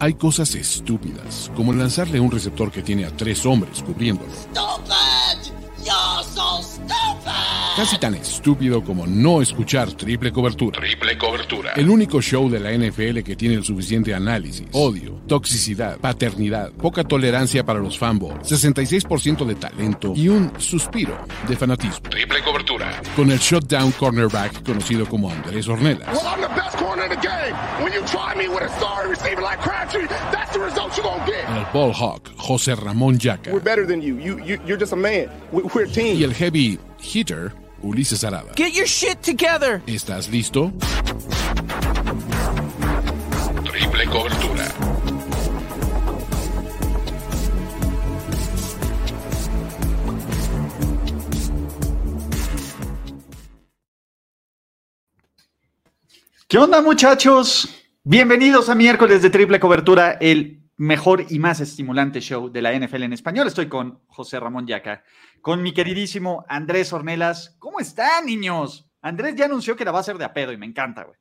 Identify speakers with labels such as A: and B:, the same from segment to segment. A: Hay cosas estúpidas, como lanzarle un receptor que tiene a tres hombres cubriéndolo.
B: Stupid! You're so stupid!
A: Casi tan estúpido como no escuchar triple cobertura.
C: Triple cobertura.
A: El único show de la NFL que tiene el suficiente análisis, odio, toxicidad, paternidad, poca tolerancia para los fanboys, 66% de talento y un suspiro de fanatismo.
C: Triple cobertura.
A: Con el shutdown cornerback conocido como Andrés Ornelas.
D: Well, I'm the best corner in the game. When you try me with a sorry receiver like Crabtree, that's the result you're going to get.
A: El ball hawk José Ramón Yaca.
E: We're better than you. You, you you're just a man. We, we're a team.
A: Y el heavy hitter Ulises Arada.
F: Get your shit together!
A: ¿Estás listo?
C: Triple cobertura.
G: ¿Qué onda, muchachos? Bienvenidos a miércoles de triple cobertura, el mejor y más estimulante show de la NFL en español. Estoy con José Ramón Yaca, con mi queridísimo Andrés Ornelas. ¿Cómo están, niños? Andrés ya anunció que la va a hacer de a pedo y me encanta, güey.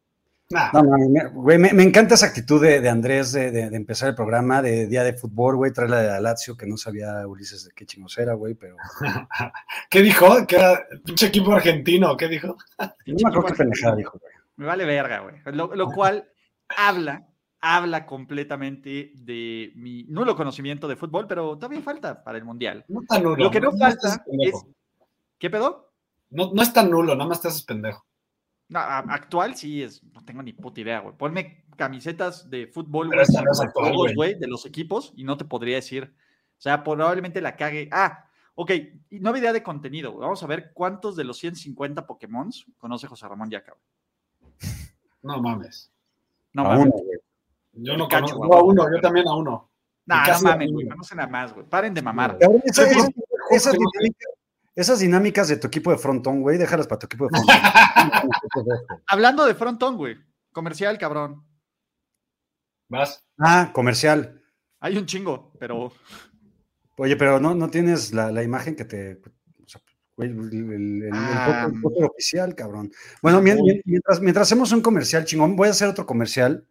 H: No, no, me, güey, me, me encanta esa actitud de, de Andrés de, de- de empezar el programa de día de fútbol, güey, traer la de la Lazio, que no sabía Ulises de qué chingos era, güey, pero
I: Ah, ¿Qué dijo? ¿Qué era? Pinche equipo argentino, ¿qué dijo?
H: no me acuerdo qué pendejada dijo, güey.
G: Me vale verga, güey. Lo, lo cual habla, habla completamente de mi nulo conocimiento de fútbol, pero todavía falta para el Mundial.
I: No tan nulo.
G: Lo que no
I: nada más
G: falta
I: te haces pendejo.
G: es... ¿Qué pedo?
I: No, no es tan nulo, nada más te haces pendejo.
G: No, a- actual sí es, no tengo ni puta idea, güey. Ponme camisetas de fútbol,
I: Pero
G: güey,
I: esa no es
G: con
I: actual,
G: logos,
I: güey.
G: güey, de los equipos y no te podría decir. O sea, probablemente la cague. Ah, ok, y no idea de contenido. güey. Vamos a ver cuántos de los 150 Pokémon conoce José Ramón Yaca. güey.
I: No mames.
G: No
H: A
G: mames.
H: uno, güey.
I: Yo no
G: Pikachu,
I: conozco.
G: güey.
I: No, a uno, yo también a uno.
G: No,
I: Y
G: no
I: casi
G: mames,
I: a
G: güey.
I: uno.
G: Conocen a más, güey. Paren de mamar.
H: Cabrón, esa-
I: Sí,
H: esas- esas
I: sí,
H: dinámicas- Esas dinámicas de tu equipo de frontón, güey, déjalas para tu equipo de frontón.
G: Hablando de frontón, güey. Comercial, cabrón.
I: Vas.
H: ah, comercial.
G: Hay un chingo, pero
H: Oye, pero no, no tienes la, la imagen que te. o sea, güey, el, el- el
G: Ah.
H: póster- póster oficial, cabrón. Bueno, mien- mien- mientras, mientras hacemos un comercial, chingón, voy a hacer otro comercial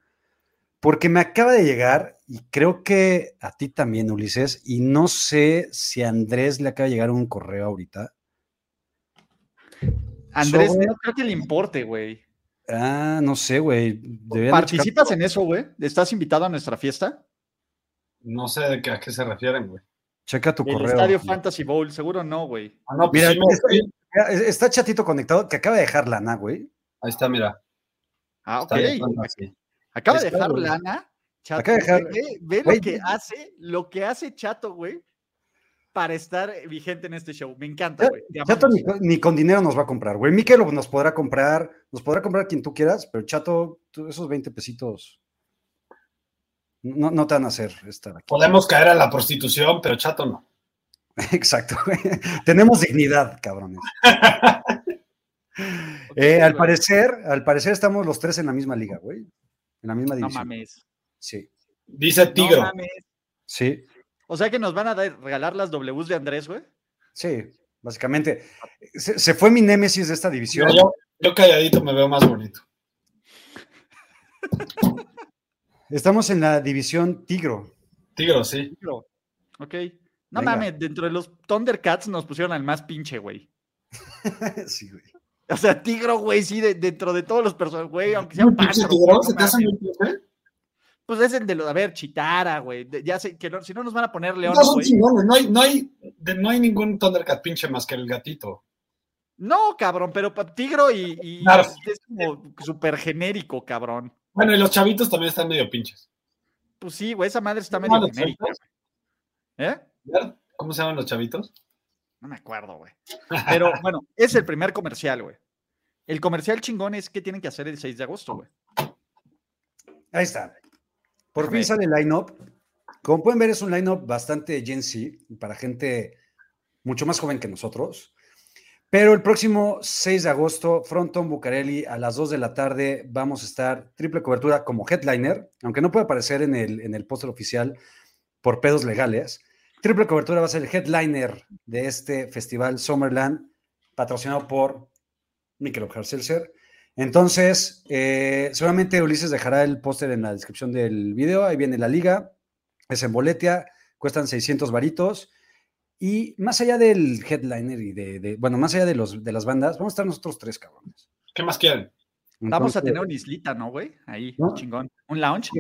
H: porque me acaba de llegar y creo que a ti también, Ulises, y no sé si a Andrés le acaba de llegar un correo ahorita.
G: Andrés,
H: Sobre-
G: no creo que le importe, güey.
H: Ah, no sé, güey. debería de
G: ¿Participas
H: checar-
G: en eso, güey? ¿Estás invitado a nuestra fiesta?
I: No sé de qué, a qué se refieren, güey.
H: Checa tu
G: El
H: correo.
G: Estadio Fantasy Bowl, seguro no, güey.
I: Ah, no, pues
H: Mira,
I: sí me-
H: está-
I: sí.
H: Mira, es- Está chatito conectado que acaba de dejar lana, güey.
I: Ahí está, mira.
G: Ah, ok.
I: Está bien, sí.
G: Acaba de
I: Está
G: dejar
I: bien.
G: lana. Chato,
H: Acaba de dejar-
G: Ve, ve
H: Güey.
G: lo que hace, lo que hace Chato, güey, para estar vigente en este show. Me encanta,
H: Ya-
G: güey. te
H: Chato ni,
G: amamos.
H: con- ni con dinero nos va a comprar, güey. Mikel nos podrá comprar, nos podrá comprar quien tú quieras, pero Chato, tú, esos 20 pesitos no, no te van a hacer estar aquí.
I: Podemos caer a la prostitución, pero chato no.
H: Exacto, güey. Tenemos dignidad, cabrones. Eh,
G: Ok,
H: al
G: güey.
H: parecer, al parecer estamos los tres en la misma liga, güey. En la misma
G: No
H: división.
G: mames.
H: sí,
I: Dice
G: No
I: Tigro.
G: mames.
H: sí,
G: O sea que nos van a dar- regalar las Ws de Andrés, güey.
H: sí. Básicamente, se, se fue mi némesis de esta división.
I: Mira, yo, yo calladito me veo más bonito.
H: Estamos en la división Tigro.
I: Tigro, sí.
G: Pero, Ok. No
H: Venga.
G: mames, dentro de los Thundercats nos pusieron al más pinche, güey.
H: sí, güey.
G: O sea, Tigro, güey, sí, de- dentro de todos los personajes, güey, aunque sea
I: Muy
G: pájaro,
I: pinche
G: güey,
I: Tigro,
G: no
I: ¿se te ¿eh? hace
G: mames.
I: muy pinche?
G: Pues es el de los, a ver, Chitara, güey. de- Ya sé que no- si no nos van a poner león,
I: No son
G: güey.
I: chingones, no hay, no hay, de- no hay ningún Thundercat pinche más que el gatito.
G: No, cabrón, pero pa- Tigro y, y
I: Claro.
G: es como súper genérico, cabrón.
I: Bueno, y los chavitos también están medio pinches.
G: Pues sí, güey, esa madre está
I: ¿No
G: medio ¿eh?
I: los
G: genérica,
I: chavitos?
G: güey. ¿Eh?
I: ¿Verdad? ¿Cómo se llaman los chavitos?
G: No me acuerdo, güey. Pero bueno, es el primer comercial, güey. El comercial chingón es que tienen que hacer el 6 de agosto, güey.
H: Ahí está. Por fin
G: Ok.
H: sale el line-up. Como pueden ver, es un line-up bastante Gen Z, para gente mucho más joven que nosotros. Pero el próximo 6 de agosto, Fronton Bucarelli, a las 2 de la tarde, vamos a estar triple cobertura como headliner, aunque no puede aparecer en el, en el póster oficial por pedos legales. Triple cobertura va a ser el headliner de este festival Summerland, patrocinado por Mikel Seltzer Entonces, eh, seguramente Ulises dejará el póster en la descripción del video. Ahí viene la liga. Es en boletia, cuestan 600 varitos. Y más allá del headliner y de, de- bueno, más allá de, los, de las bandas, vamos a estar nosotros tres cabrones.
I: ¿Qué más quieren?
G: Vamos a
H: Entonces,
G: tener una islita, ¿no, güey? Ahí,
H: ¿No?
G: chingón. Un lounge.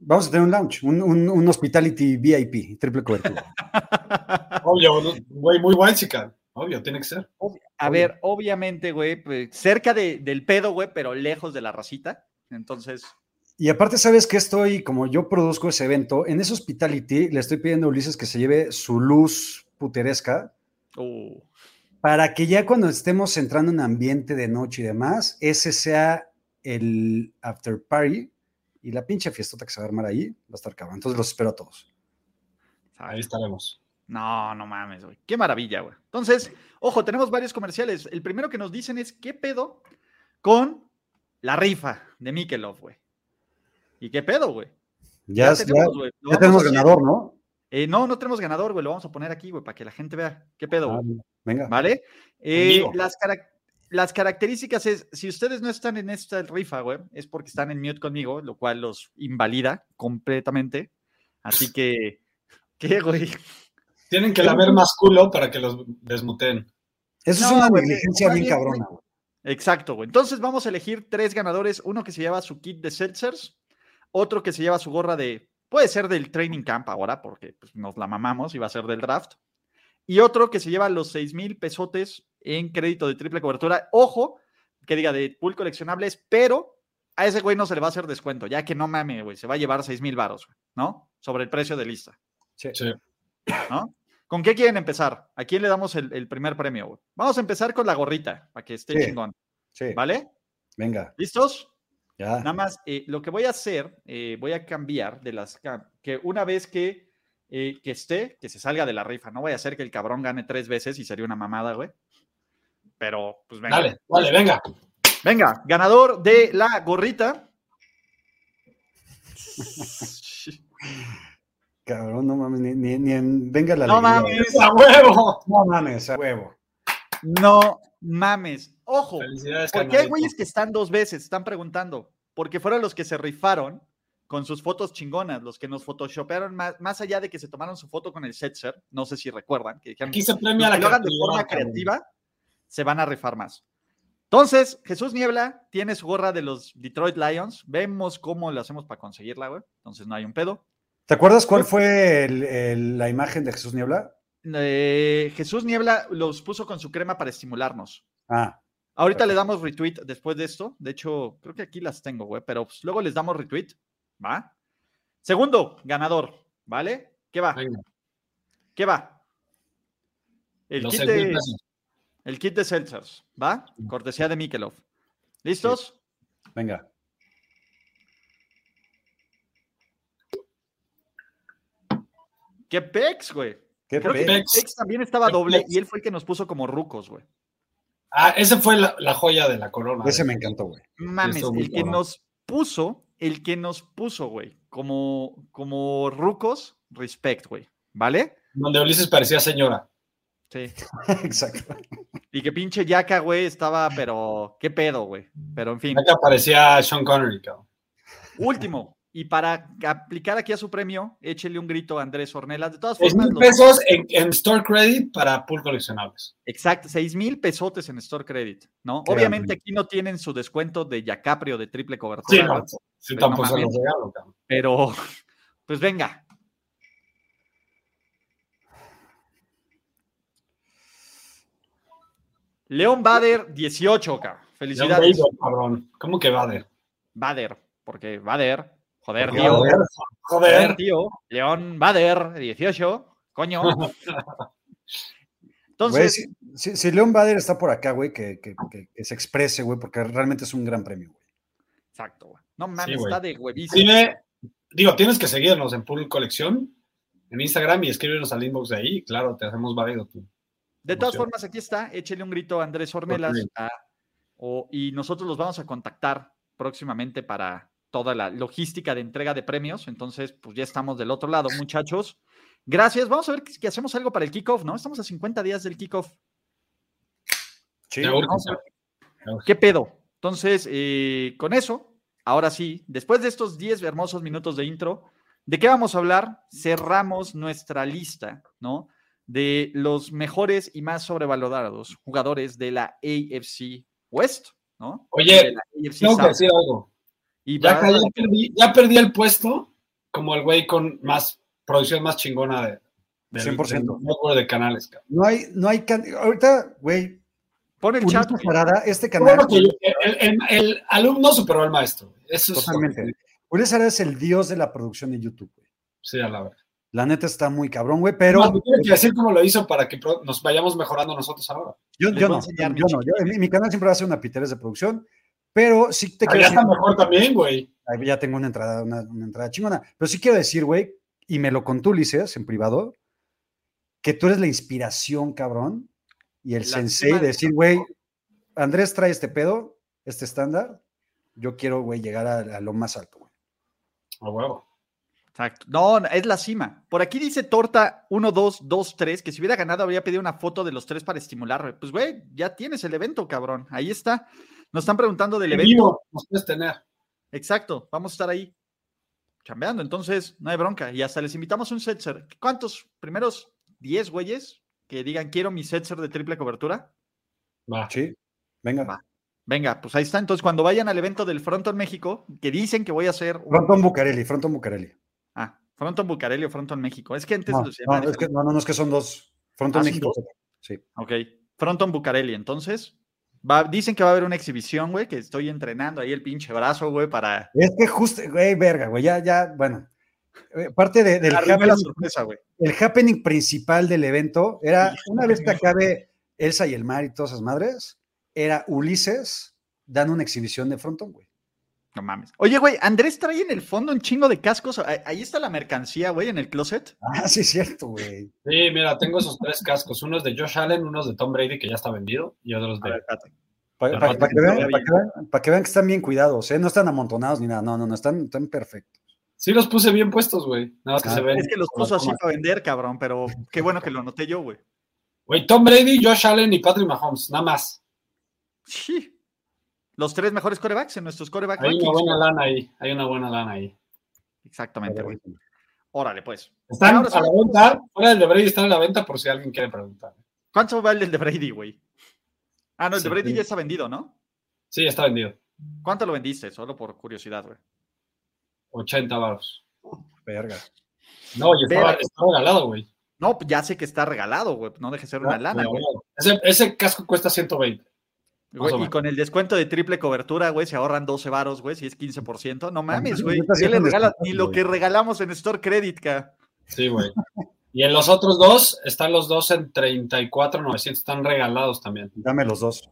H: vamos a tener un lounge, un, un- un hospitality VIP, triple cobertura.
G: Ah.
I: Obvio, ¿no? güey, muy guaysican. Obvio, tiene que ser.
G: A ver, obviamente, güey, pues, cerca de- del pedo, güey, pero lejos de la racita. Entonces,
H: Y aparte, sabes que estoy, como yo produzco ese evento, en ese hospitality le estoy pidiendo a Ulises que se lleve su luz puteresca
G: uh,
H: para que ya cuando estemos entrando en ambiente de noche y demás, ese sea el after party y la pinche fiestota que se va a armar ahí va a estar cabrón. Entonces los espero a todos.
I: Ahí estaremos.
G: no, no mames, güey. Qué maravilla, güey. Entonces, ojo, tenemos varios comerciales. El primero que nos dicen es, ¿qué pedo con la rifa de Mikelov, güey? ¿Y qué pedo, güey?
H: Ya, ya-
G: güey. Lo
H: ya
G: vamos
H: tenemos
G: a hacer.
H: ganador, ¿no?
G: Eh, no, no tenemos ganador, güey. Lo vamos a poner aquí, güey, para que la gente vea. ¿Qué pedo, güey?
H: Ah, venga.
G: ¿Vale? Eh,
I: vivo.
G: las, carac- las características es, si ustedes no están en esta rifa, güey, es porque están en mute conmigo, lo cual los invalida completamente. Así que, ¿qué, güey?
I: Tienen que laver más culo para que los desmuteen.
H: Eso es
G: No,
H: una
G: güey,
H: negligencia
G: está
H: bien
G: bien,
H: cabrona. güey.
G: Exacto, güey. Entonces vamos a elegir tres ganadores, uno que se lleva su kit de seltzers, otro que se lleva su gorra de, puede ser del training camp ahora, porque pues, nos la mamamos y va a ser del draft, y otro que se lleva los 6 mil pesotes en crédito de triple cobertura. Ojo, que diga de pool coleccionables, pero a ese güey no se le va a hacer descuento, ya que no mame, güey, se va a llevar 6 mil varos, güey, ¿no? Sobre el precio de lista.
I: Sí.
G: ¿no? ¿Con qué quieren empezar? ¿A quién le damos el, el primer premio? güey? Vamos a empezar con la gorrita, para que esté
H: Sí.
G: chingón,
H: Sí, Ah.
G: ¿vale?
H: venga,
G: ¿Listos?
H: ya.
G: Nada más, eh, lo que voy a hacer, eh, voy a cambiar de las cam- que una vez que, eh, que esté, que se salga de la rifa. No voy a hacer que el cabrón gane tres veces y sería una mamada, güey. Pero, pues venga.
I: Dale, dale, venga.
G: Venga, ganador de la gorrita.
H: Cabrón, no mames, ni, ni- ni en- venga la
G: No
H: alegría,
G: mames,
I: ¡A huevo!
H: güey. No mames, a huevo.
G: no mames. Ojo,
I: Felicidades,
G: porque hay
I: carnalito.
G: güeyes que están dos veces, están preguntando. Porque fueron los que se rifaron con sus fotos chingonas, los que nos photoshopearon más, más allá de que se tomaron su foto con el setzer. No sé si recuerdan. Que dijeron,
I: Aquí se
G: los
I: premia la
G: que lo hagan de
I: creatividad,
G: forma
I: cabrón.
G: creativa, se van a rifar más. Entonces, Jesús Niebla tiene su gorra de los Detroit Lions. Vemos cómo lo hacemos para conseguirla, güey. Entonces no hay un pedo.
H: ¿Te acuerdas cuál fue el- el- la imagen de Jesús Niebla?
G: Eh, Jesús Niebla los puso con su crema para estimularnos.
H: Ah,
G: Ahorita le damos retweet después de esto. De hecho, creo que aquí las tengo, güey. Pero pues, luego les damos retweet. ¿Va? Segundo, ganador. ¿Vale? ¿Qué va?
I: Venga,
G: ¿Qué va? El
I: los
G: kit
I: seis mil
G: de-
I: pesos.
G: El kit de Seltzers, ¿va? Cortesía de Mikelov. ¿Listos?
H: venga.
G: ¡Qué pex, güey!
H: ¿Qué
G: Creo que
H: pe-
I: pex.
G: pex también estaba
I: ¡Qué
G: doble
I: pex!
G: y él fue el que nos puso como rucos, güey.
I: Ah, esa fue la, la joya de la corona.
H: Ese me encantó, güey.
G: Mames,
I: estuvo muy
G: el que
I: cabrón.
G: nos puso, el que nos puso, güey, como, como rucos, respect, güey. ¿Vale?
I: Donde Ulises parecía señora.
G: Sí.
H: Exacto.
G: Y que pinche Yaka, güey, estaba, pero qué pedo, güey. Pero en fin.
I: Acá parecía Sean Connery, cabrón.
G: Último. Y para aplicar aquí a su premio, échele un grito a Andrés Ornelas. De todas
I: Seis
G: formas,
I: mil
G: los-
I: pesos en, en Store Credit para pool coleccionables.
G: Exacto, 6 mil pesotes en Store Credit, ¿no?
H: Qué
G: Obviamente aquí no tienen su descuento de Yacaprio de triple cobertura,
I: Sí, no.
G: ¿no?
I: Sí,
G: Pero
I: tampoco
G: no
I: se los
G: mames.
I: regalo, cabrón.
G: pero pues venga. León Bader 18, cabrón.
I: León
G: Felicidades,
I: Bader, cabrón. ¿Cómo que va de?
G: Bader, porque Bader, joder,
H: Porque
G: tío,
H: Bader.
G: joder,
I: Joder.
G: tío, León Bader 18, coño.
H: Güey,
G: Entonces,
H: si, si- si León Bader está por acá, güey, que, que- que- que se exprese, güey, porque realmente es un gran premio, güey.
G: exacto, güey. No mames,
I: güey.
G: está de huevísimo.
I: Escribe, digo, tienes que seguirnos en Pool Colección, en Instagram y escríbenos al inbox de ahí. Claro, te hacemos válido tú.
G: De todas
I: Emoción.
G: formas, aquí está. Échele un grito a Andrés Ornelas
I: Ornelas.
G: a- o- y nosotros los vamos a contactar próximamente para toda la logística de entrega de premios. Entonces, pues ya estamos del otro lado, muchachos. Gracias. Vamos a ver que, que hacemos algo para el kickoff, ¿no? Estamos a 50 días del kickoff.
H: Sí,
I: Te urge,
G: vamos a-
I: cabrón.
G: ¿Qué pedo? Entonces, eh, con eso, ahora sí, después de estos 10 hermosos minutos de intro, ¿de qué vamos a hablar? Cerramos nuestra lista, ¿no? De los mejores y más sobrevalorados jugadores de la AFC West, ¿no?
I: Oye,
G: De la AFC
I: Tengo que
G: South.
I: decir algo.
G: Y
I: Ya,
G: para-
I: ya perdí, ya perdí el puesto como el güey con más producción más chingona de, del-
H: 100%.
I: del network de canales. cabrón.
H: No hay, no hay. can- Ahorita, güey,
G: pon el chat.
H: Purito Sarada, este
I: Qué
H: canal.
I: bueno que yo- el, el- el alumno superó al maestro. Eso es
H: Totalmente. Uriel Sarada es el dios de la producción de YouTube, güey.
I: Sí, a la verdad.
H: La neta está muy cabrón, güey,
I: Pero
H: pero
I: tiene pues, que decir cómo lo hizo para que pro- nos vayamos mejorando nosotros ahora.
H: yo,
G: les
H: yo
G: voy a
H: no,
G: enseñar mi
H: yo no. Yo- mi, mi canal siempre va a ser una piteres de producción, pero sí te
I: Pero
H: quiero
I: ya
H: decir-
I: está mejor también, güey.
H: Ahí ya tengo una entrada, una, una entrada chingona. Pero sí quiero decir, güey, y me lo contó Ulises en privado, que tú eres la inspiración, cabrón, y el
G: La
H: sensei
G: cima
H: de
G: de-
H: decir, güey, Andrés trae este pedo, este estándar, yo quiero, güey, llegar a, a lo más alto, güey.
I: A huevo.
G: Exacto. No, no, es la cima. Por aquí dice Torta 1-2-2-3, que si hubiera ganado habría pedido una foto de los tres para estimular. Pues, güey, ya tienes el evento, cabrón. Ahí está. Nos están preguntando del
I: En
G: evento.
I: vivo, nos puedes tener.
G: Exacto. Vamos a estar ahí chambeando. Entonces, no hay bronca. Y hasta les invitamos un setzer. ¿Cuántos primeros 10 güeyes que digan quiero mi setzer de triple cobertura?
I: Va.
H: Sí, venga.
G: Va. Venga, pues ahí está. Entonces, cuando vayan al evento del Fronton México, que dicen que voy a hacer un-
H: Fronton Bucarelli, Fronton Bucarelli.
G: Ah, Fronton Bucareli o Fronton México. Este Es que antes
H: No,
G: lo
H: no,
G: llamaban
H: es que, no, no, no, es que son dos. Fronton
G: Ah, son
H: México.
G: Ok. Fronton Bucarelli, entonces. Va, dicen que va a haber una exhibición, güey, que estoy entrenando ahí el pinche brazo, güey, para
H: Es que justo, güey, verga, güey, ya, ya, bueno. Eh, Parte de- del
G: darle la
H: happening-
G: sorpresa, güey.
H: el happening principal del evento era, una vez que acabe Elsa y el mar y todas esas madres, era Ulises dando una exhibición de frontón, güey.
G: No mames. Oye, güey, Andrés trae en el fondo un chingo de cascos. Ah, Ahí está la mercancía, güey, en el closet.
H: Ah, sí, es cierto, güey.
I: Sí, mira, tengo esos tres cascos. Uno es de Josh Allen, uno es de Tom Brady, que ya está vendido, y otro es
G: A
I: de...
G: ver, espérate.
H: Para
I: Pero
G: no te
H: que, vean,
G: entendía
H: pa' que vean- pa' que vean que están bien cuidados, ¿eh? No están amontonados ni nada, no, no, no, están, están perfectos.
I: Sí los puse bien puestos, güey. Nada más que
H: Ah,
I: se ven.
G: Es que los puso así para vender, cabrón, pero qué bueno que lo noté yo, güey.
I: Güey, Tom Brady, Josh Allen y Patrick Mahomes, nada más.
G: Sí. Los tres mejores corebacks en nuestros corebacks.
I: Hay una buena lana ahí, hay una buena lana ahí.
G: Exactamente, güey. Órale, pues.
I: Están
G: Ahora sí,
I: a la venta, fuera del de Brady están a la venta por si alguien quiere preguntar.
G: ¿Cuánto vale el de Brady, güey? Ah, no, el de
I: Sí,
G: Brady
I: sí.
G: ya está vendido, ¿no?
I: Sí, está vendido.
G: ¿Cuánto lo vendiste? Solo por curiosidad, güey.
I: 80 baros.
H: Verga.
I: No, y estaba,
G: Verga.
I: estaba regalado, güey.
G: No, pues ya sé que está regalado, güey. Ah, No deje de ser una lana, güey.
I: Regalado. Ese, ese casco cuesta 120.
G: Güey,
I: o
G: Y
I: menos.
G: con el descuento de triple cobertura, güey, se ahorran 12 varos, güey, si es 15%. No mames,
H: mames,
G: güey.
H: neta, sí
G: ¿Qué
H: es
G: le
H: un
G: regalas?
H: descuento,
G: Ni lo
H: güey.
G: que regalamos en Store Credit, ca.
I: Sí, güey. Y en los otros dos, están los dos en 34.900, están regalados también.
H: Dame los dos.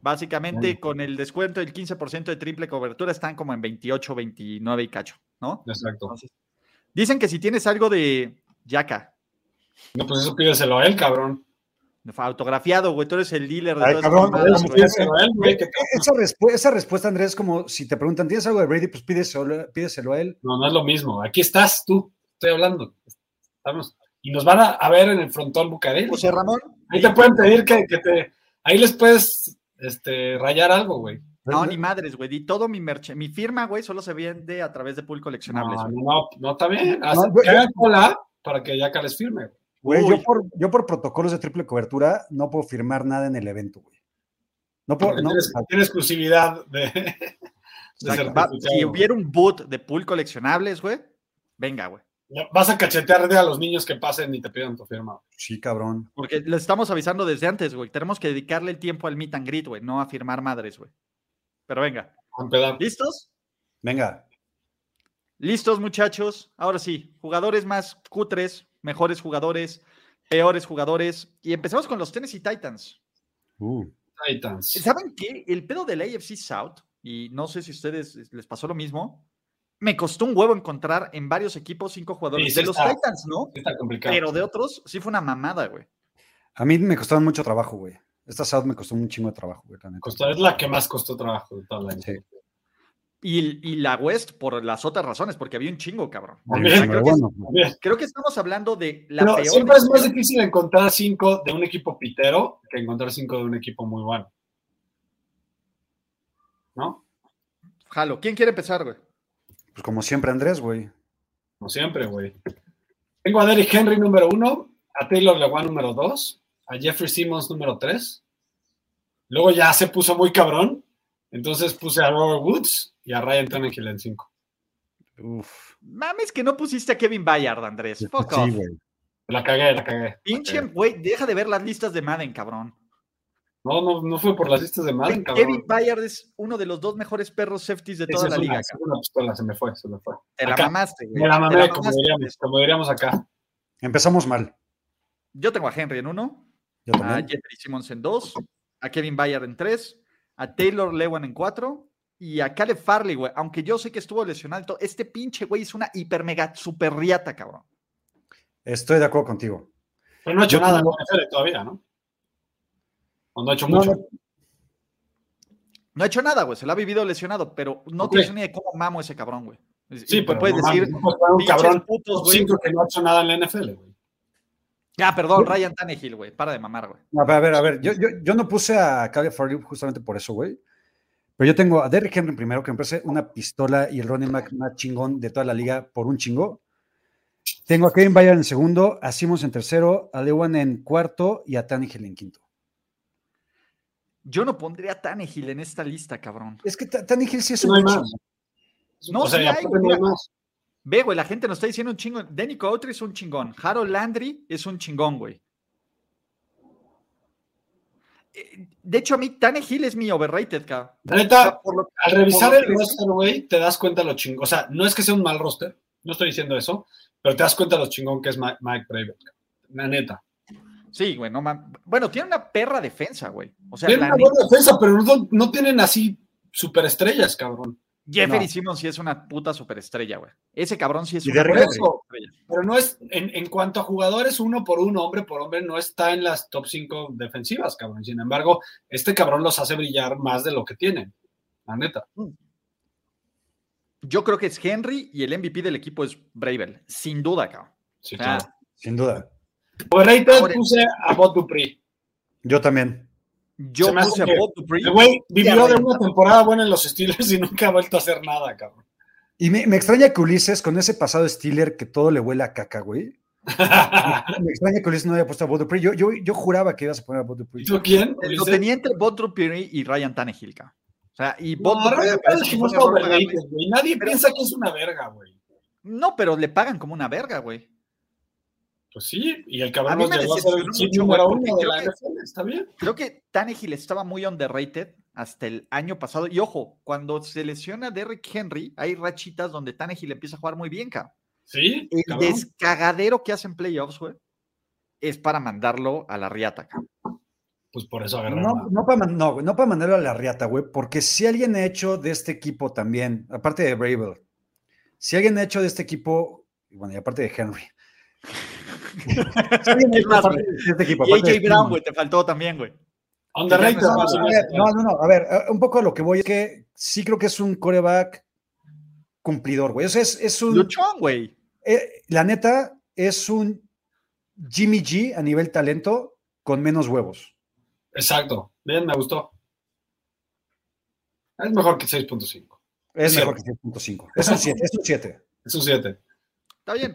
G: Básicamente,
I: Bueno.
G: con el descuento del 15% de triple cobertura, están como en 28, 29 y cacho, ¿no?
I: Exacto.
G: Entonces, dicen que si tienes algo de Yaka,
I: No, pues eso pídeselo a él, cabrón.
G: autografiado, güey, tú eres el dealer de
H: Ay,
G: todas
H: cabrón,
G: esas
H: güey,
G: mamadas,
I: Eso
H: mujer-
G: güey.
I: pídeselo a él, güey. que-
H: E-, Esa, respu- esa respuesta, Andrés, es como si te preguntan, ¿tienes algo de Brady? Pues pídeselo, pídeselo a él.
I: No, no es lo mismo. Aquí estás tú, estoy hablando. Estamos. Y nos van a, a ver en el frontón Bucareli.
H: Pues,
G: José Ramón.
I: Ahí te pueden pedir que, que te. Ahí les puedes este, rayar algo, güey.
G: No, ni madres, güey. Di todo mi merch, mi firma, güey, solo se vende a través de pool coleccionables.
I: No,
G: güey.
I: no, no, está bien. Haz-
H: pues, No, pues, eh. güey.
I: que hagan cola para que Yaka les firme.
H: Güey,
G: Uy.
H: yo por, yo por protocolos de triple cobertura no puedo firmar nada en el evento, güey. No pues, puedo,
I: Porque
H: no,
I: tienes, tiene exclusividad de. de
G: Exacto. Va-
I: certificado.
G: si hubiera un boot de pool coleccionables, güey, venga, güey.
I: Vas a cachetear de a los niños que pasen y te pidan tu firma.
H: Sí, cabrón.
G: Porque le estamos avisando desde antes, güey. Tenemos que dedicarle el tiempo al meet and greet, güey, no a firmar madres, güey. Pero venga,
I: Con pedar.
G: ¿listos?
H: Venga.
G: ¿Listos, muchachos? Ahora sí, jugadores más cutres, mejores jugadores, peores jugadores. Y empezamos con los Tennessee Titans.
H: Uh.
I: Titans.
G: ¿Saben qué? El pedo del AFC South, y no sé si a ustedes es- les pasó lo mismo, me costó un huevo encontrar en varios equipos cinco jugadores
I: sí
G: de los
I: está.
G: Titans, ¿no?
I: Está complicado.
G: Pero de otros sí fue una mamada, güey.
H: A mí me costó mucho trabajo, güey. Esta South me costó un chingo de trabajo, güey. la neta.
I: Costó- es la que más costó trabajo de toda la
H: Sí.
G: Y, y la West por las otras razones, porque había un chingo, cabrón.
I: También,
G: O sea,
H: Pero
G: creo, que,
H: bueno, pues,
I: Bien.
G: creo que estamos hablando de la
I: Pero
G: peor.
I: siempre es
G: de-
I: más difícil encontrar cinco de un equipo pitero que encontrar cinco de un equipo muy bueno. ¿no?
G: Jalo, ¿quién quiere empezar, güey?
H: Pues como siempre, Andrés, güey.
I: Como siempre, güey. Tengo a Derrick Henry número uno, a Taylor Lewan número dos, a Jeffrey Simmons número tres. Luego ya se puso muy cabrón, entonces puse a Robert Woods y a Ryan Tannehill en cinco.
H: Uf.
G: Mames que no pusiste a Kevin Bayard, Andrés. Fuck
H: Sí,
G: off.
H: güey.
I: La cagué, la cagué.
G: Pinche, güey, deja de ver las listas de Madden, cabrón.
I: No, no, no fue por las listas de Madden, cabrón.
G: Kevin Bayard es uno de los dos mejores perros safeties de toda
I: Esa
G: la
I: es una-
G: liga,
I: esa es
G: cabrón.
I: una pistola, se me fue, se me fue.
G: Te la
I: Acá.
G: mamaste, güey.
I: Me la
G: Te
I: mamé, como
G: mamaste.
I: diríamos, como diríamos acá.
H: Empezamos mal.
G: Yo tengo a Henry en uno,
H: Yo
G: a
H: también.
G: Jeffrey Simmons en dos, a Kevin Bayard en tres, a Taylor Lewan en cuatro y a Caleb Farley, güey. Aunque yo sé que estuvo lesionado, y todo, este pinche güey es una hiper mega super riata, cabrón.
H: Estoy de acuerdo contigo.
I: Pero no ha hecho
H: Yo
I: nada
H: como-
I: en la NFL todavía, ¿no? O no ha hecho
H: No,
I: mucho.
H: no.
G: No ha hecho nada, güey. Se lo ha vivido lesionado, pero no
I: Ok.
G: tienes ni idea de cómo mamo ese cabrón, güey.
I: Sí,
G: Y
I: pero
G: puedes
I: no mames,
G: decir,
I: no puedes poner un
G: pinches
I: cabrón
G: putos,
I: top
G: güey.
I: cinco que no ha hecho nada en la NFL, güey.
G: Ya, ah, perdón, Ryan Tannehill, güey. Para de mamar, güey.
H: A ver, a ver, a ver, Yo, yo, yo no puse a Caleb Farley justamente por eso, güey. Pero yo tengo a Derrick Henry primero, que me parece una pistola y el running back más chingón de toda la liga por un chingo. Tengo a Kevin Bayard en segundo, a Simmons en tercero, a Lewan en cuarto y a Tannehill en quinto.
G: Yo no pondría a Tannehill en esta lista, cabrón.
H: Es que Ta- Tannehill sí es
I: No
H: un
I: hay
H: bicho.
I: más.
G: No,
I: o sea,
G: sí
I: y aparte
G: hay,
I: no
G: mira.
I: hay más.
G: Ve, güey, la gente nos está diciendo un chingo. Danny Coutry es un chingón. Harold Landry es un chingón, güey. Eh, De hecho, a mí Tannehill es mi overrated, cabrón.
I: La neta,
G: Por lo-
I: al revisar
G: por
I: el
G: lo que-
I: roster, güey, te das cuenta lo chingón. O sea, no es que sea un mal roster, no estoy diciendo eso, pero te das cuenta lo chingón que es Mike, Mike Braver. La neta.
G: Sí, güey, no mames. Bueno, tiene una perra defensa, güey. O sea,
I: Tienen
G: la
I: una
G: neta,
I: buena defensa, pero no, no tienen así superestrellas, cabrón.
G: Jeffrey
H: No.
G: Simmons sí es una puta superestrella, güey. Ese cabrón sí es
H: Y
G: una
H: Derrick
G: puta
I: Henry.
G: superestrella.
I: Pero no es, en, en cuanto a jugadores, uno por uno, hombre por hombre, no está en las top 5 defensivas, cabrón. Sin embargo, este cabrón los hace brillar más de lo que tienen. La neta.
G: Yo creo que es Henry y el MVP del equipo es Bravel. Sin duda, cabrón.
I: Sí,
G: O sea,
I: claro.
H: Sin duda.
I: Overrated
G: ahora-
I: puse a Bob Dupree.
H: Yo también.
G: yo
I: Se me hace
G: puse a
I: que-
G: Bob Dupree.
I: El güey vivió de
G: güey.
I: una temporada buena en los Steelers y nunca ha vuelto a hacer nada, cabrón.
H: Y me, me extraña que Ulises, con ese pasado Steeler que todo le huele a caca, güey. Me extraña que Ulises no haya puesto a Bob Dupree. Yo, yo, yo juraba que ibas a poner a Bob Dupree.
I: ¿Y tú quién?
G: Lo tenía entre Bob Dupree y Ryan Tannehill, cabrón. O sea, y
I: No,
G: Bob Dupree me parece que fue
I: no
G: un
I: está
G: error
I: overrated,
G: pagarle.
I: güey. Nadie piensa que es una verga, güey.
G: No, pero le pagan como una verga, güey.
I: Pues sí, y el
G: A
I: cabrón
G: mí
I: nos
G: me
I: llegó a ser el
G: decepcionó
I: chip
G: mucho,
I: número
G: güey, porque
I: uno de
G: creo
I: la
G: que-
I: NFL, está bien.
G: Creo que Tannehill estaba muy underrated hasta el año pasado. Y ojo, cuando se lesiona Derrick Henry, hay rachitas donde Tannehill empieza a jugar muy bien, cabrón.
I: Sí,
G: El
I: cabrón.
G: descagadero que hace en playoffs, güey, es para mandarlo a la riata, cabrón.
I: Pues por eso agarraron.
H: No,
I: a-
H: no para no, güey, no pa' mandarlo a la riata, güey, porque si alguien ha hecho de este equipo también, aparte de Bravel, si alguien ha hecho de este equipo, y bueno, y aparte de Henry. Si alguien ha hecho
G: más,
H: aparte de este equipo,
G: Y
H: aparte de
G: AJ Brown,
H: Simmons,
G: güey, te faltó también, güey.
I: Underrated,
G: que ya
H: No,
I: más o
H: a
I: menos.
H: ver, no, no, no, a ver, eh, un poco a lo que voy es que sí creo que es un coreback cumplidor, güey. O sea, es, es un,
G: Luchón, güey.
H: eh, la neta, es un Jimmy G a nivel talento con menos huevos.
I: Exacto. Bien, me gustó. Es mejor que 6.5.
H: Es
I: Sí.
H: mejor que 6.5. Es un 7, es un 7.
I: Es un 7.
G: Está bien.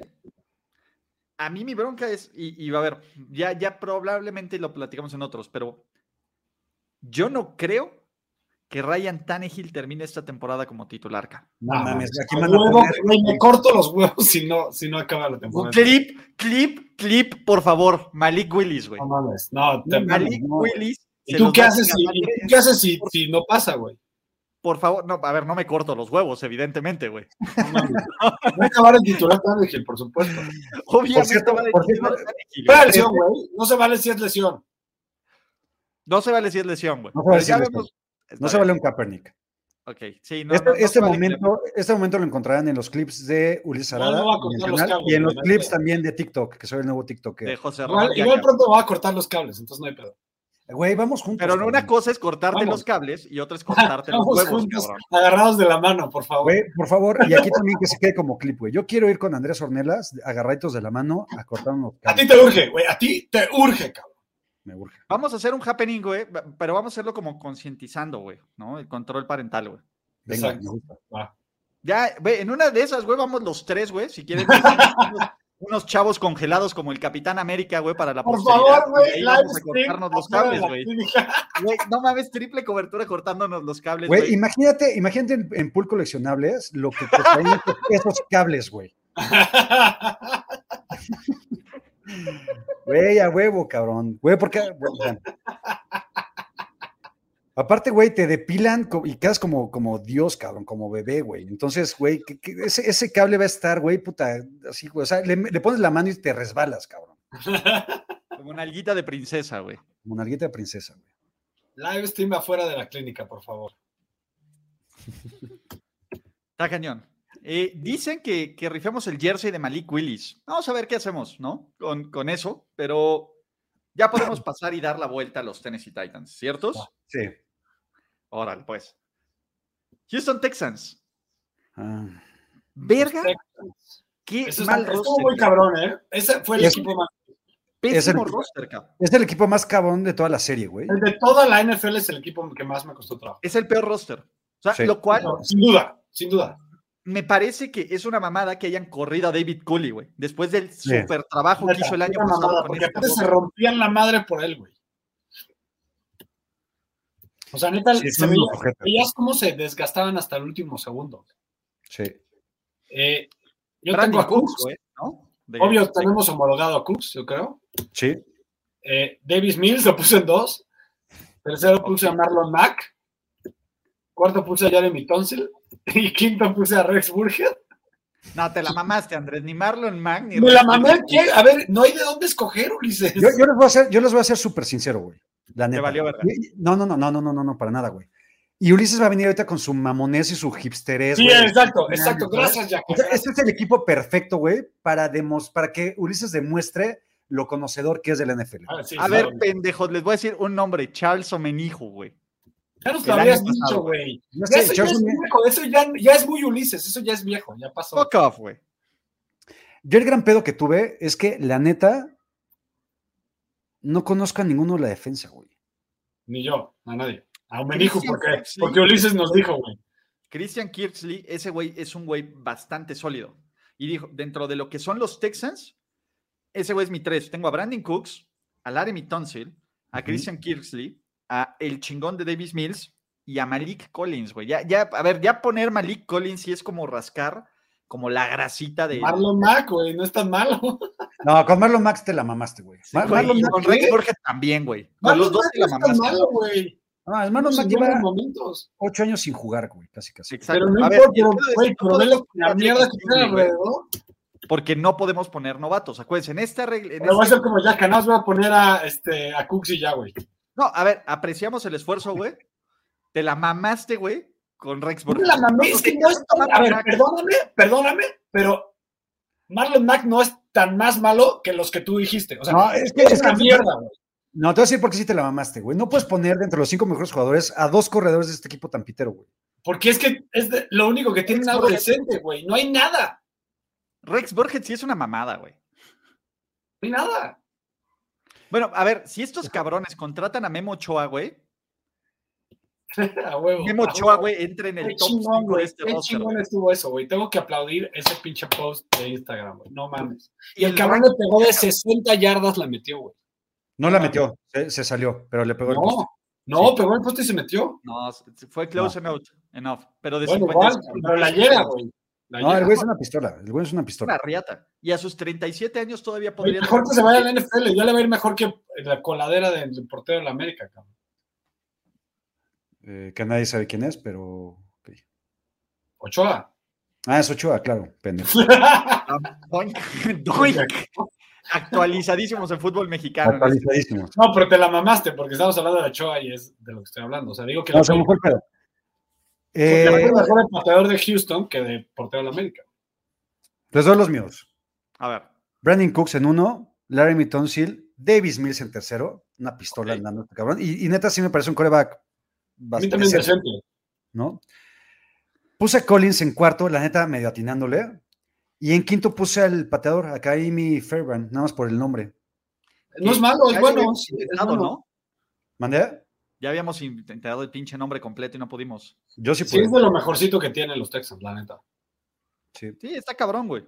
G: A mí mi bronca es, y, y va a ver, ya, ya probablemente lo platicamos en otros, pero yo no creo que Ryan Tannehill termine esta temporada como titular. ca.
H: No mames, aquí
I: A
H: me van a
I: huevo,
H: poner-
I: güey, me corto los huevos si no, si no acaba la temporada.
G: Clip, clip, clip, por favor, Malik Willis, güey.
I: No mames. No, te
G: Malik
H: no, güey.
G: Willis.
I: ¿Y
G: se
I: tú
G: los
I: qué
G: va a
I: haces, si,
G: chingar
I: y
G: madre.
I: tú qué haces si, si no pasa, güey?
G: Por favor, no, a ver, no me corto los huevos, evidentemente, güey.
I: No mames. Va a acabar el titular Tannehill, por supuesto.
G: Obviamente
H: cierto,
G: va a
H: por
G: titular
H: cierto,
G: Tannehill,
I: Pero
G: güey.
I: lesión, güey. No se vale si es lesión.
G: No se vale si es lesión, güey.
H: No se vale
G: Pero ya
H: si es
G: vemos-
H: No
G: Está
H: se
G: bien.
H: vale un Kaepernick.
G: Ok, sí, no,
H: este,
G: no- no
H: este
G: se vale que le-
H: momento, este momento lo encontrarán en los clips de Ulises
I: No, no
H: Arada
I: va a
H: en el
I: cortar los
H: canal,
I: cables,
H: y en los
I: güey,
H: clips
I: no.
H: también de TikTok, que soy el nuevo TikToker.
G: de José Ramón
I: Igual,
G: Yaca.
I: igual pronto va a cortar los cables, entonces no hay pedo.
H: Güey, vamos juntos.
G: Pero no
H: cabrón.
G: una cosa es cortarte
I: Vamos.
G: los cables y otra es cortarte los
I: Estamos
G: huevos,
I: juntos,
G: cabrón.
I: agarrados de la mano, por favor.
H: Güey, por favor, y aquí también que se quede como clip, güey. Yo quiero ir con Andrés Ornelas, agarraditos de la mano, a cortar unos
I: A ti
H: cables.
I: te urge, güey. A ti te urge, cabrón.
H: me urge.
G: Vamos a hacer un happening, güey, pero vamos a hacerlo como concientizando, güey, ¿no? El control parental, güey.
H: Venga,
I: Exacto.
H: me gusta.
I: Va.
G: Ya, güey, en una de esas, güey, vamos los tres, güey, si quieren. unos- Unos chavos congelados como el Capitán América, güey, para la
I: Por
G: posteridad,
I: favor,
G: y pues, ahí
I: güey, live
G: vamos a
I: stream
G: cortarnos los
I: afuera de
G: cables,
I: la
G: güey.
I: clínica.
G: Güey, No mames, triple cobertura cortándonos los cables,
H: Güey,
G: güey.
H: imagínate, imagínate en, en pool coleccionables lo que costarían esos- esos cables, güey. Güey, a huevo, cabrón. Güey, porque. güey, bueno. Aparte, güey, te depilan co- y quedas como, como Dios, cabrón, como bebé, güey. Entonces, güey, que- que ese, ese cable va a estar, güey, puta, así, güey. O sea, le, le pones la mano y te resbalas, cabrón.
G: Como una alguita de princesa, güey.
H: Como una alguita de princesa, güey.
I: Live stream afuera de la clínica, por favor.
G: Está cañón. Eh, dicen que, que rifemos el jersey de Malik Willis. Vamos a ver qué hacemos, ¿no? Con, con eso, pero ya podemos pasar y dar la vuelta a los Tennessee Titans, ¿ciertos?
H: Sí.
G: Órale, pues. Houston Texans.
H: Ah.
I: Mm,
G: Verga,
I: este,
G: qué
I: Eso
G: mal
I: está- este estuvo
G: roster.
I: muy
G: cabrón.
I: cabrón, ¿eh? Ese fue el
H: Es-
I: equipo más.
H: Es el-
G: Pésimo roster, cabrón.
H: Es el equipo más cabrón de toda la serie, güey.
I: el De toda la NFL es el equipo que más me costó trabajo.
G: Es el peor roster. O sea,
H: Sí.
G: lo cual
I: No, sin duda, sin duda.
G: me parece que es una mamada que hayan corrido a David Cooley, güey. Después del
H: Sí.
G: super trabajo que hizo el año
I: Una
G: pasado.
I: mamada,
G: con este
I: porque
G: esta
I: aparte se
G: rosa.
I: rompían la madre por él, güey. O sea, neta,
H: Sí,
I: se
H: son
I: veía-
H: unos ojetes.
I: veías cómo se desgastaban hasta el último segundo.
H: Sí.
I: Eh, yo
G: Brandon
I: tengo a
G: Cooks,
I: Cooks,
G: güey, ¿no? De-
I: obvio,
G: de-
I: tenemos homologado a Cooks, yo creo.
H: Sí.
I: Eh, Davis Mills lo puse en dos. Tercero puse a Marlon Mack. Cuarto puse a Jeremy Tonsil. Y quinto puse a Rex Burger.
G: No, te la mamaste, Andrés. Ni Marlon Mack, ni
I: Me la
G: Rex
I: mamé
G: Burkhead.
I: ¿qué? A ver, no hay de dónde escoger, Ulises.
H: Yo, yo les voy a ser, yo les voy a ser súper sincero, güey. La neta.
G: valió verga.
H: Y- y- No, no, no, no, no, no, no, no, para nada, güey. Y Ulises va a venir ahorita con su mamonés y su hipsterés,
I: sí,
H: güey.
I: exacto, exacto. Gracias, Jack.
H: O sea, este es el equipo perfecto, güey, para, demos- para que Ulises demuestre lo conocedor que es del NFL.
I: Ah, sí,
G: A
I: claro.
G: ver, pendejos, les voy a decir un nombre. Charles Omenijo, güey.
I: Ya nos
G: el
I: lo
G: año
I: habías
G: pasado,
I: dicho, güey. Ya
H: No sé,
I: Eso ya
H: Charles
I: es
H: Omenijo-
I: viejo, eso ya, ya es muy Ulises, eso ya es viejo, ya pasó.
G: Fuck off, güey.
H: Yo el gran pedo que tuve es que, la neta, no conozco a ninguno de la defensa, güey.
I: Ni yo, a nadie. A un dijo
G: Christian
I: porque,
G: Fox, sí.
I: porque Ulises nos dijo, güey.
G: Christian Kirksley, ese güey es un güey bastante sólido. Y dijo, dentro de lo que son los Texans, ese güey es mi tres. Tengo a Brandon Cooks, a Laremy Tunsil, a Christian Kirksley, a el chingón de Davis Mills y a Malik Collins, güey. Ya, ya, a ver, ya poner Malik Collins sí es como rascar como la grasita de...
I: Marlon Mack, güey, no es tan malo.
H: No, con Marlon Max te la mamaste, güey.
G: Sí,
H: Mar-
G: güey,
H: Marlon
G: y
H: Max-
G: con
I: ¿qué?
G: Rex Borges también, güey. Con
I: Marlon
G: los dos
I: Mack
G: te la
I: no es tan
G: mamaste.
I: malo, güey.
H: no, Marlon
I: Unos
H: Mack lleva
I: buenos momentos.
H: ocho años sin jugar, güey, casi, casi.
G: Exacto.
I: Pero no
G: A ver,
I: importa,
G: y el
I: pero,
G: pedo es
I: güey,
G: que
I: pero
G: no
I: ve
G: podemos
I: lo- la
G: poner a
I: mierda
G: Jack
I: que tiene
G: Kirksley, güey,
I: alrededor.
G: Porque no podemos poner novatos. Acuérdense, en esta regla. en
I: Le voy a
G: este-
I: hacer como Jack, nada más voy a poner a, este, a Cooks y ya, güey.
G: No, a ver, apreciamos el esfuerzo, güey. Te la mamaste, güey, con Rex
I: No me
G: Burkhead.
I: la mamé, es que no es tan- A ver,
G: Mack.
I: perdóname, perdóname, pero Marlon Mack no es tan más malo que los que tú dijiste. O sea,
H: No, es que
I: es
H: es
I: una
H: que-
I: mierda, güey.
H: No, te voy a decir por qué sí te la mamaste, güey. No puedes poner dentro de los cinco mejores jugadores a dos corredores de este equipo tan pitero, güey.
I: Porque es que es de- lo único que tienen algo decente, güey. No hay nada.
G: Rex Burkhead sí es una mamada, güey.
I: No hay nada.
G: Bueno, a ver, si estos cabrones contratan a Memo Ochoa, güey,
I: A huevo.
G: Memo
I: a
G: Ochoa,
I: huevo.
G: güey, entra en
I: Qué
G: el top
I: chingón,
G: 5 de
I: güey.
G: este
I: Qué
G: roster.
I: chingón
G: güey.
I: estuvo eso, güey. Tengo que aplaudir ese pinche post de Instagram, güey. No mames. Y el
G: el
I: cabrón le pegó de 60 yardas, la metió, güey.
H: No la metió, se, se salió, pero le pegó el poste.
I: Ah, No, no, pegó el poste y se metió.
G: No, fue close enough, enough, pero de
I: Bueno,
G: 50
I: igual, pero la llega, güey. La
H: No, el
I: llega.
H: güey es una pistola, el güey es una
G: una
H: pistola.
G: riata. Y a sus 37 años todavía
I: Güey,
G: podría...
I: Mejor que se vaya a la NFL. Ya le va a ir mejor que la coladera del del portero de la América, cabrón.
H: Eh, que nadie sabe quién es, pero. ok.
I: Ochoa.
H: Ah, es Ochoa, claro, pendejo.
G: Doink, doink. Actualizadísimos en fútbol mexicano.
H: Actualizadísimo.
I: No, pero te la mamaste porque estamos hablando de Ochoa y es de lo que estoy hablando. O sea, digo que
H: No,
I: la
H: se me fue el pedo.
I: Porque
H: Eh,
I: la verdad, mejor el pateador de Houston que de portero de la América.
H: les doy los míos.
G: A ver,
I: Pues
H: Brandon Cooks en uno, Larry Tonsil, Davis Mills en tercero, una pistola
G: Ok.
H: andando, cabrón. Y, y neta sí me parece un coreback
I: A mí también
H: decente.
I: decente.
H: ¿no? Puse a Collins en cuarto, la neta, medio atinándole. Y en quinto puse al pateador, a Kaimi Fairbairn, nada más por el nombre.
I: No es malo, es
G: Ya
I: bueno.
G: habíamos
I: sí, es
G: intentado,
I: bueno.
G: ¿no?
H: ¿Mandé?
G: Ya habíamos intentado el pinche nombre completo y no pudimos.
H: Yo sí pues.
I: Sí,
H: pude.
I: es de lo mejorcito que tienen los Texans, la neta.
H: Sí.
G: Sí, está cabrón, güey. O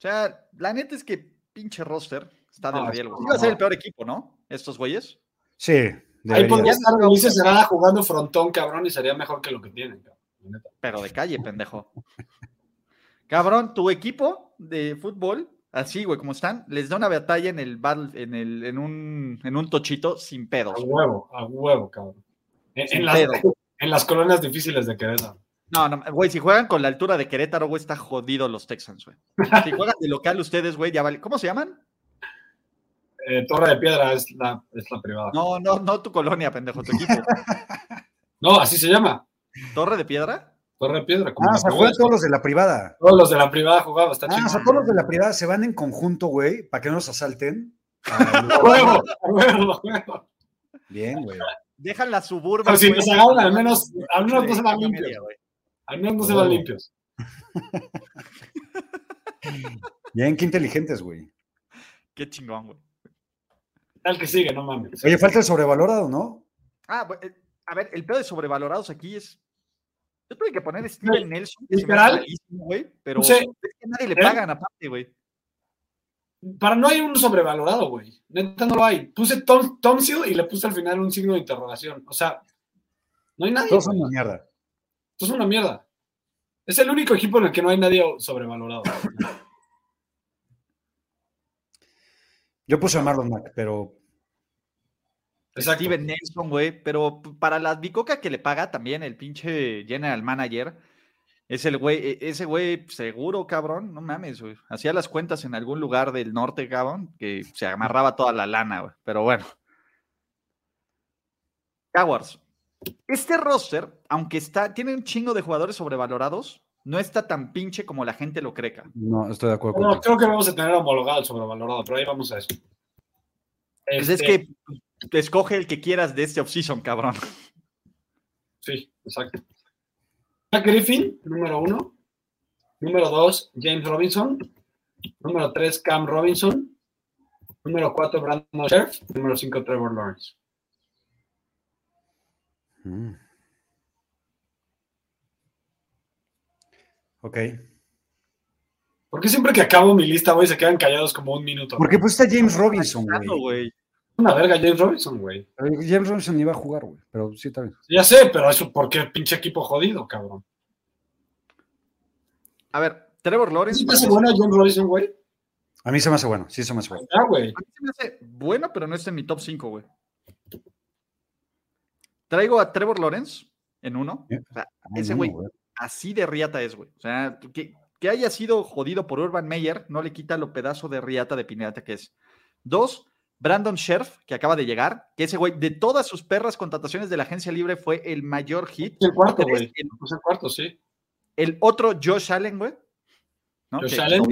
G: sea, la neta es que pinche roster está del
I: No,
G: riel, güey.
I: no,
G: Iba a ser
I: no.
G: el peor equipo, ¿no? Estos güeyes.
H: Sí,
I: Ahí
H: debería.
I: podría estar Ulises Herrera jugando frontón, cabrón, y sería mejor que lo que tienen, cabrón. la neta.
G: Pero de calle, pendejo. Cabrón, tu equipo de fútbol, así, güey, como están, les da una batalla en el battle, en el, en un, en un tochito sin pedos.
I: A huevo, a huevo, cabrón. En,
G: Sin
I: en las,
G: pedo.
I: en las colonias difíciles de Querétaro.
G: No, no, güey, si juegan con la altura de Querétaro, güey, está jodido los Texans, güey. Si juegan de local ustedes, güey, ya vale. ¿Cómo se llaman?
I: Eh, Torre de Piedra es la, es la privada. No.
G: No, no, no tu colonia, pendejo, tu equipo.
I: así se llama.
G: ¿Torre de piedra?
I: Torre de Piedra. como
H: Ah, o
I: los
H: sea, juegan
I: jugadores.
H: todos los de la privada.
I: Todos los de la privada jugaban, está
H: Ah, o
I: chingón.
H: sea, todos los de la privada se van en conjunto, güey, para que no nos asalten. Ah,
I: A huevo, a huevo, a huevo.
H: Bien, güey.
G: Dejan la suburban.
I: Pero si
G: güey,
I: nos agarran, al menos, al menos no se
G: de
I: van
G: media,
I: limpios.
G: güey.
I: Al menos no se van
H: Huevo.
I: limpios.
H: Bien, qué inteligentes, güey.
G: Qué chingón, güey.
I: Al que sigue, no mames.
H: Oye, falta el sobrevalorado, ¿no?
G: Ah, bu- eh, a ver, el pedo de sobrevalorados aquí es. Yo tuve que poner Steven Nelson, que se me
I: literal.
G: hace malísimo, güey, pero
I: No sé.
G: es que a nadie le
I: ¿Eh?
G: pagan aparte, güey.
I: Para no hay un sobrevalorado, güey. Neta no lo hay. Puse Tom, Tom Seal y le puse al final un signo de interrogación. O sea, no hay nadie.
H: Todos son
I: güey.
H: una mierda.
I: Esto es una mierda. Es el único equipo en el que no hay nadie sobrevalorado.
G: Este
H: Yo puse a Marlon Mack, pero
I: Exacto.
G: Steven Nelson, güey, pero p- para la bicoca que le paga también el pinche general manager, es el güey, e- ese güey seguro, cabrón, no mames, güey. Hacía las cuentas en algún lugar del norte, cabrón, que se amarraba toda la lana, güey, pero bueno. Jaguars. Este roster, aunque está, tiene un chingo de jugadores sobrevalorados, no está tan pinche como la gente lo cree, cabrón.
H: no, estoy de acuerdo
I: Bueno,
H: con
I: creo que vamos a tener homologado el sobrevalorado, pero ahí vamos a eso.
G: Pues
I: Este,
G: es que te escoge el que quieras de este offseason, cabrón.
I: Sí, exacto. Jack Griffin, número uno. Número dos, James Robinson. Número tres, Cam Robinson. Número cuatro, Brandon Scherf. Número cinco, Trevor Lawrence.
H: Mm. Ok.
I: ¿Por qué siempre que acabo mi lista, güey, se quedan callados como un minuto?
H: Porque pusiste a James Robinson,
G: Claro,
H: güey.
G: güey.
I: Una verga James Robinson, güey.
H: James Robinson iba a jugar, güey. Pero sí, está bien.
I: Ya sé, pero eso porque pinche equipo jodido, cabrón.
G: A ver, Trevor Lawrence.
I: ¿Es
G: para
I: más
G: mí
I: bueno James Robinson, güey?
H: A mí se me hace bueno. Sí, se me hace bueno.
I: Ah, güey.
G: A mí se me hace bueno, pero no está en mi top 5, güey. Traigo a Trevor Lawrence en uno.
H: Bien.
G: O sea,
H: Ay,
G: Ese
H: no,
G: güey. así de riata es, güey. O sea, que, que haya sido jodido por Urban Meyer no le quita lo pedazo de riata de Pinata que es. Dos, Brandon Scherf, que acaba de llegar, que ese güey, de todas sus perras contrataciones de la agencia libre, fue el mayor hit.
I: Es el cuarto,
G: Tres,
I: güey.
G: el,
I: Es el cuarto, sí.
G: el otro Josh Allen, güey. ¿no?
I: Josh
G: Que-
I: Allen,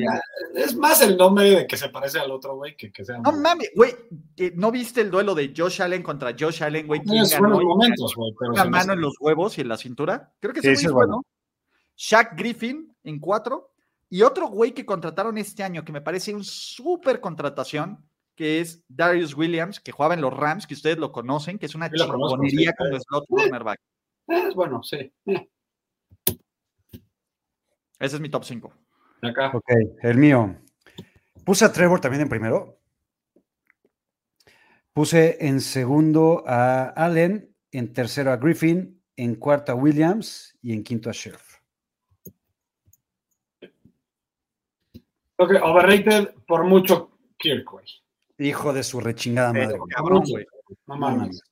I: Es más el nombre de que se parece al otro, güey, que, que sea.
G: No mames, güey. eh, ¿No viste el duelo de Josh Allen contra Josh Allen, güey? ¿Quién
I: Tienes
G: ganó?
I: buenos momentos, güey, pero
G: una
I: se me
G: mano
I: hace-
G: en los huevos y en la cintura. Creo que
H: Sí,
G: ese
H: sí
G: güey
H: es
G: es bueno. Shaq Griffin en cuatro. Y otro güey que contrataron este año, que me parece un súper contratación, que es Darius Williams, que jugaba en los Rams, que ustedes lo conocen, que es una
I: Sí, lo conozco,
G: chingonería
I: sí,
G: como slot cornerback.
I: Eh, es bueno, sí. Eh,
G: Ese es mi top 5.
I: Acá.
H: Ok, el mío. Puse a Trevor también en primero. Puse en segundo a Allen, en tercero a Griffin, en cuarto a Williams y en quinto a Sheriff.
I: Creo que overrated por mucho Kirk, güey.
H: Hijo de su
G: Ah,
H: rechingada madre. güey.
G: Eh, Cabrón,
I: Mucho,
G: güey.
I: No
H: No
I: mames.
H: mames.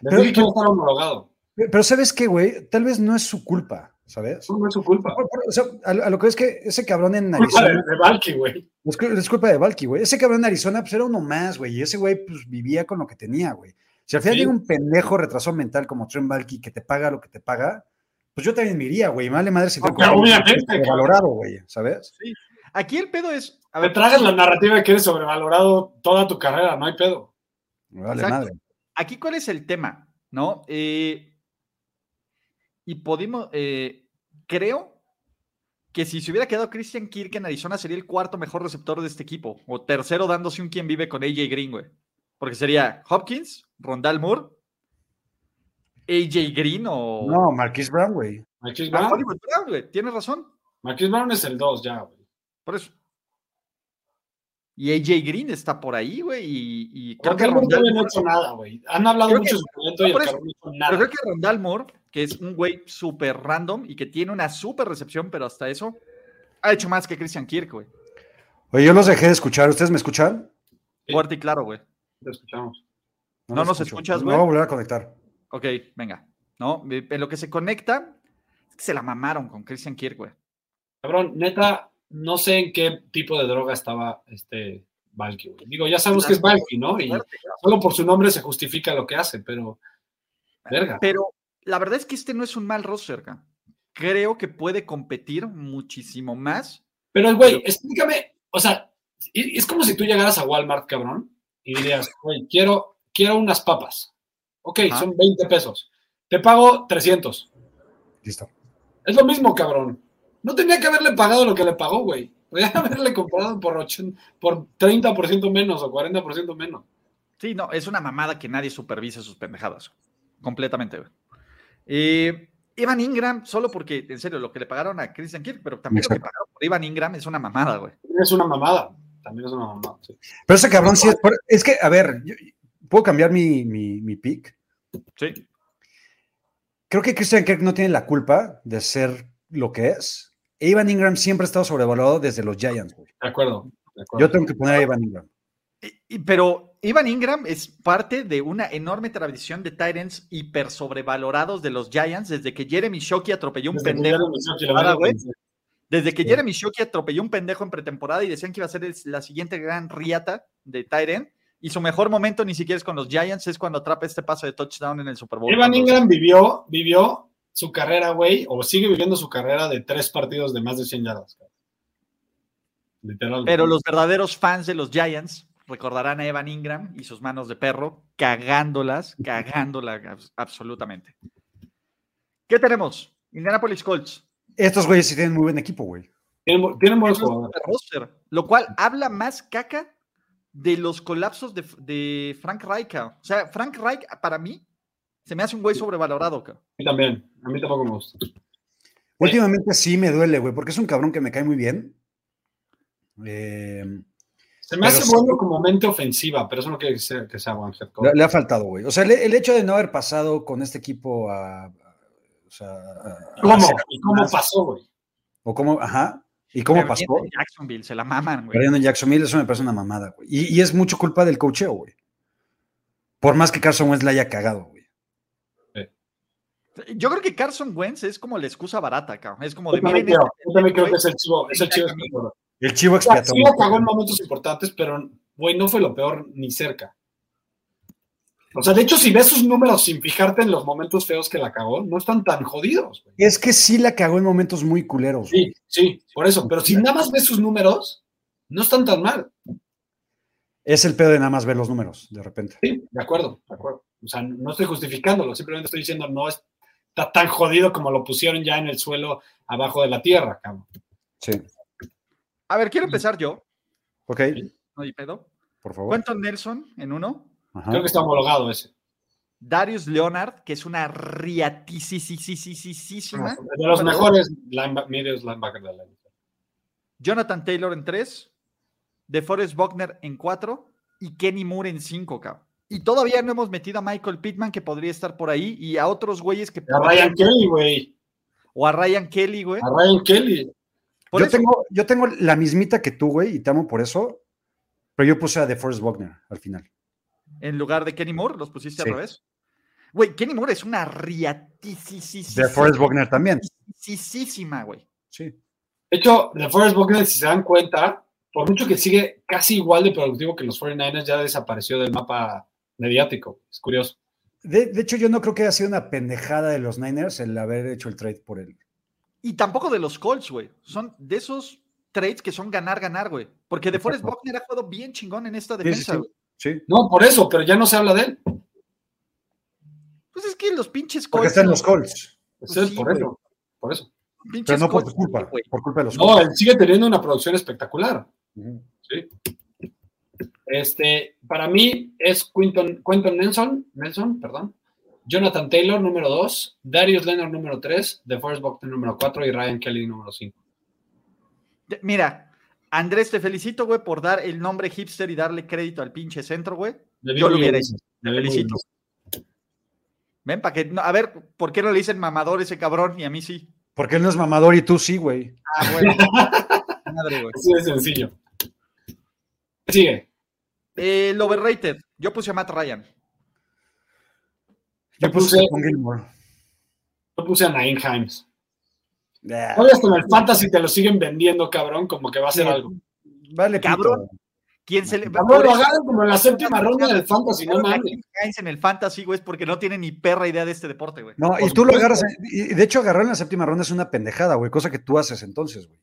I: Les
H: Pero-
I: dije que iba a estar homologado.
H: Pe- Pero ¿sabes qué, güey? Tal vez no es su culpa, ¿sabes?
I: Eso no es su culpa.
H: Por- por- o sea, a, lo- a lo que es que ese cabrón en
I: Culpa de,
H: Arizona,
I: de Valky, güey.
H: es, cul- es culpa de Valky, güey. Ese cabrón en Arizona, pues era uno más, güey. Y ese güey, pues vivía con lo que tenía, güey. Si al final
I: Sí.
H: llega un pendejo retraso mental como Trent Valky que te paga lo que te paga, pues yo también me iría, güey. Me Vale madre si
I: Porque obviamente, cabrón.
H: valorado, güey, ¿sabes?
G: Aquí el pedo es. A
I: Te tragas la narrativa de que eres sobrevalorado toda tu carrera, no hay pedo.
H: Me vale
G: Exacto.
H: madre.
G: aquí cuál es el tema, ¿no? Eh, y podemos, eh, creo que si se hubiera quedado Christian Kirk en Arizona sería el cuarto mejor receptor de este equipo, o tercero dándose un quien vive con AJ Green, güey. Porque sería Hopkins, Rondal Moore, AJ Green o...
H: No, Marquis Brown, güey.
I: Marquis
G: Ah,
I: Brown.
G: Hollywood Brown, güey. Tienes razón,
I: Marquis Brown es el 2 ya, güey.
G: por eso. Y AJ Green está por ahí, güey, y, y creo
I: Porque
G: que
I: el Moore
G: Rondal
I: todavía no ha hecho nada, güey. Han hablado
G: Creo que-
I: mucho de su talento y el
G: por eso.
I: cabrón no ha hecho
G: Pero
I: nada.
G: creo que Rondal Moore, que es un güey súper random y que tiene una súper recepción, pero hasta eso ha hecho más que Christian Kirk, güey.
H: Oye, yo los dejé de escuchar. ¿Ustedes me escuchan?
I: Sí.
G: Fuerte y claro, güey.
I: Lo escuchamos.
G: No
H: los
G: nos
H: escucho. Pues,
G: escuchas,
H: Me
G: güey.
H: voy a volver a conectar.
G: Ok, venga. No, Eh, en lo que se conecta, es que se la mamaron con Christian Kirk, güey.
I: Cabrón, neta, no sé en qué tipo de droga estaba este Valky, güey. Digo, ya sabemos que es Valky, ¿no? Y solo por su nombre se justifica lo que hace, pero. Verga.
G: Pero la verdad es que este no es un mal roster, ca. Creo que puede competir muchísimo más.
I: Pero, güey, explícame, o sea, y- y es como si tú llegaras a Walmart, cabrón, y dirías, güey, quiero, quiero unas papas. Ok,
G: Ajá.
I: son 20 pesos. Te pago 300.
H: Listo.
I: Es lo mismo, cabrón. No tenía que haberle pagado lo que le pagó, güey. Podía haberle comprado por, ochen- por 30% menos o 40% menos.
G: Sí, no, es una mamada que nadie supervise sus pendejadas. Completamente, güey. Eh, Evan Ingram, solo porque, en serio, lo que le pagaron a Christian Kirk, pero también lo que pagaron por Evan Ingram es una mamada, güey.
I: Es una mamada. También es una mamada. sí.
H: Pero ese cabrón sí es. pero Es que, a ver, yo- ¿puedo cambiar mi, mi, mi pick?
G: Sí.
H: Creo que Christian Kirk no tiene la culpa de ser lo que es. Evan Ingram siempre ha estado sobrevalorado desde los Giants, güey.
I: De acuerdo. De acuerdo.
H: Yo tengo que poner a Evan Ingram.
G: Y- y- pero Ivan Ingram es parte de una enorme tradición de Tyrants hiper sobrevalorados de los Giants desde que Jeremy Shockey atropelló un
I: Desde que ya
G: pendejo.
I: lo mencioné, que lo pues,
G: Ahora,
I: van a
G: güey.
I: pensar.
G: Desde que Jeremy Shockey atropelló un pendejo en pretemporada y decían que iba a ser el- la siguiente gran riata de Tyrant. Y su mejor momento ni siquiera es con los Giants, es cuando atrapa este paso de touchdown en el Super Bowl.
I: Evan
G: cuando-
I: Ingram vivió, vivió su carrera, güey, o sigue viviendo su carrera de tres partidos de más de 100 yardas. cabrón. Literal.
G: Pero los verdaderos fans de los Giants recordarán a Evan Ingram y sus manos de perro cagándolas, cagándolas abs- absolutamente. ¿Qué tenemos? Indianapolis Colts.
H: Estos güeyes sí tienen muy buen equipo, güey.
I: tienen, bu- tienen buenos
G: Es un
I: jugadores.
G: super roster, lo cual habla más caca de los colapsos de, de Frank Reich. cabrón. O sea, Frank Reich para mí se me hace un güey sobrevalorado. cabrón.
I: A mí también. A mí tampoco me gusta.
H: Últimamente sí me duele, güey, porque es un cabrón que me cae muy bien. Eh,
I: Se me
H: Pero
I: hace
H: sí.
I: bueno como mente ofensiva, pero eso no quiere que sea, que sea buen head coach.
H: le, le ha faltado, güey. O sea, le- el hecho de no haber pasado con este equipo a. o sea, a- a-
I: ¿Cómo?
H: a-
I: ¿Y cómo pasó, güey?
H: O cómo, ajá. ¿Y cómo
G: Perdiendo
H: pasó?
G: en Jacksonville, se la maman, güey.
H: Perdiendo en Jacksonville, eso me parece una mamada, güey. Y, y es mucho culpa del cocheo, güey. Por más que Carson Wentz la haya cagado, güey.
G: Yo creo que Carson Wentz es como la excusa barata, cabrón. Es como de
I: Yo también,
G: miren
I: creo,
G: este
I: yo también creo que
G: güey".
I: es el chivo. Es el chivo. expiatorio.
H: El chivo
I: O sea, Sí
H: expiatorio.
I: lo cagó en momentos importantes, pero, güey, no fue lo peor ni cerca. O sea, de hecho, si ves sus números sin fijarte en los momentos feos que la cagó, no están tan jodidos, güey.
H: Es que sí la cagó en momentos muy culeros. güey.
I: Sí, sí, por eso. Pero si nada más ves sus números, no están tan mal.
H: Es el pedo de nada más ver los números, de repente.
I: Sí, de acuerdo, de acuerdo. O sea, no estoy justificándolo, simplemente estoy diciendo no está tan jodido como lo pusieron ya en el suelo abajo de la tierra, cabrón.
H: Sí.
G: A ver,
I: Mm.
G: quiero empezar yo.
H: Ok,
G: No hay pedo.
H: por favor.
G: Cuento Nelson en uno.
H: Ajá.
I: Creo que está homologado ese.
G: Darius Leonard, que es una riatisisisisisisísima.
I: De los mejores lineba- medios linebackers de la liga.
G: Jonathan Taylor en 3, DeForest Buckner en 4 y Kenny Moore en 5, cabrón. Y todavía no hemos metido a Michael Pittman, que podría estar por ahí, y a otros güeyes que...
I: A Ryan Kelly, güey.
G: O a Ryan Kelly, güey.
I: A Ryan Kelly.
G: Por
H: yo,
G: eso,
H: tengo, yo tengo la mismita que tú, güey, y te amo por eso. Pero yo puse a DeForest Wagner al final.
G: en lugar de Kenny Moore, los pusiste
H: Sí.
G: al revés. Güey, Kenny Moore es una riatisisisisísima.
H: DeForest Wagner también.
G: güey.
H: Sí.
I: De hecho, de Forest Buckner, si se dan cuenta, por mucho que sigue casi igual de productivo que los 49ers, ya desapareció del mapa mediático. Es curioso.
H: De, de hecho, yo no creo que haya sido una pendejada de los Niners el haber hecho el trade por él.
G: Y tampoco de los Colts, güey. Son de esos trades que son ganar, ganar, güey. Porque DeForest
H: Exacto.
G: Buckner ha jugado bien chingón en esta
H: sí,
G: defensa,
H: sí.
G: güey.
H: Sí.
I: No, por eso, pero ya no se habla de él.
G: Pues es que los pinches
H: Porque
G: Colts.
H: están
G: no-
H: los Colts.
I: Es
G: Pues
I: él,
G: sí,
I: por
G: güey.
I: eso. Por eso.
H: Pero
G: pinches
H: no por
G: cosas,
H: tu culpa,
G: güey.
H: por culpa de los
I: No, él sigue teniendo una producción espectacular.
H: Ujú.
I: Este, para mí es Quinton, Quentin Nelson, Nelson, perdón, Jonathan Taylor, número 2, Darius Leonard, número 3, The Forest Buckner, número 4 y Ryan Kelly, número 5.
G: Mira, Andrés, te felicito, güey, por dar el nombre hipster y darle crédito al pinche centro, güey. Yo lo hubiera hecho. Te felicito. Ven, para que. no, a ver, ¿por qué no le dicen mamador a ese cabrón y a mí sí?
H: Porque él no es mamador y tú sí, güey.
G: Ah, güey. Madre, güey.
I: Así de sencillo. Sigue.
G: Eh, el overrated. Yo puse a Matt Ryan.
H: Yo
I: Yo
H: puse
I: puse-
H: con Gilmore.
I: Yo puse a Nain Himes.
H: Ah,
I: Hoy hasta en el fantasy te lo siguen vendiendo, cabrón, como que va a ser
H: Sí.
I: algo.
H: Vale,
G: Cabrón.
H: cabrón.
G: ¿Quién se le
I: Cabrón,
G: por
I: lo
G: eso-
I: agarran como en la séptima ronda del fantasy, no
G: Cabrón,
I: mames.
G: aquí caes en el fantasy, güey, es porque no tiene ni perra idea de este deporte, güey.
H: No, y
I: Por
H: tú lo
I: supuesto.
H: agarras. en- Y y de hecho, agarrar en la séptima ronda es una pendejada, güey. Cosa que tú haces entonces, güey.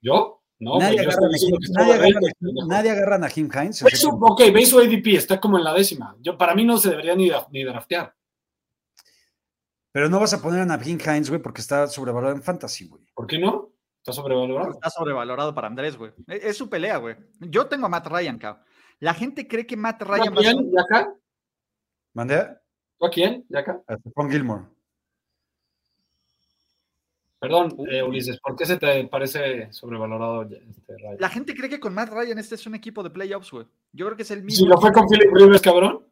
I: ¿Yo? No,
H: nadie,
I: güey, yo
H: agarra
I: estoy
H: a
I: diciendo
H: Nahim-
I: que
H: nadie,
I: estuvo
H: agarra,
I: rey,
H: a Nahim-
I: pendejo.
H: nadie agarra a Nahim Hines.
I: Ve su- Pues, ok, ve su ADP, está como en la décima. Yo, para mí no se debería ni, dra- ni draftear.
H: Pero no vas a poner a Nahim Hines, güey, porque está sobrevalorado en fantasy, güey.
I: ¿Por qué no? Está sobrevalorado.
G: Está sobrevalorado para Andrés, güey. E, Es, es su pelea, güey. Yo tengo a Matt Ryan, cabrón. La gente cree que Matt
I: ¿Tú a
G: Ryan va a ser-
I: quién? ¿Y acá?
H: ¿Mandé a
I: ¿Tú a quién? ¿Y acá?
H: a Stephon Gilmore?
I: Perdón, eh, Ulises, ¿por qué se te parece sobrevalorado este Ryan?
G: La gente cree que con Matt Ryan este es un equipo de playoffs, güey. Yo creo que es el mismo.
I: Si lo fue con Philip Rivers, cabrón.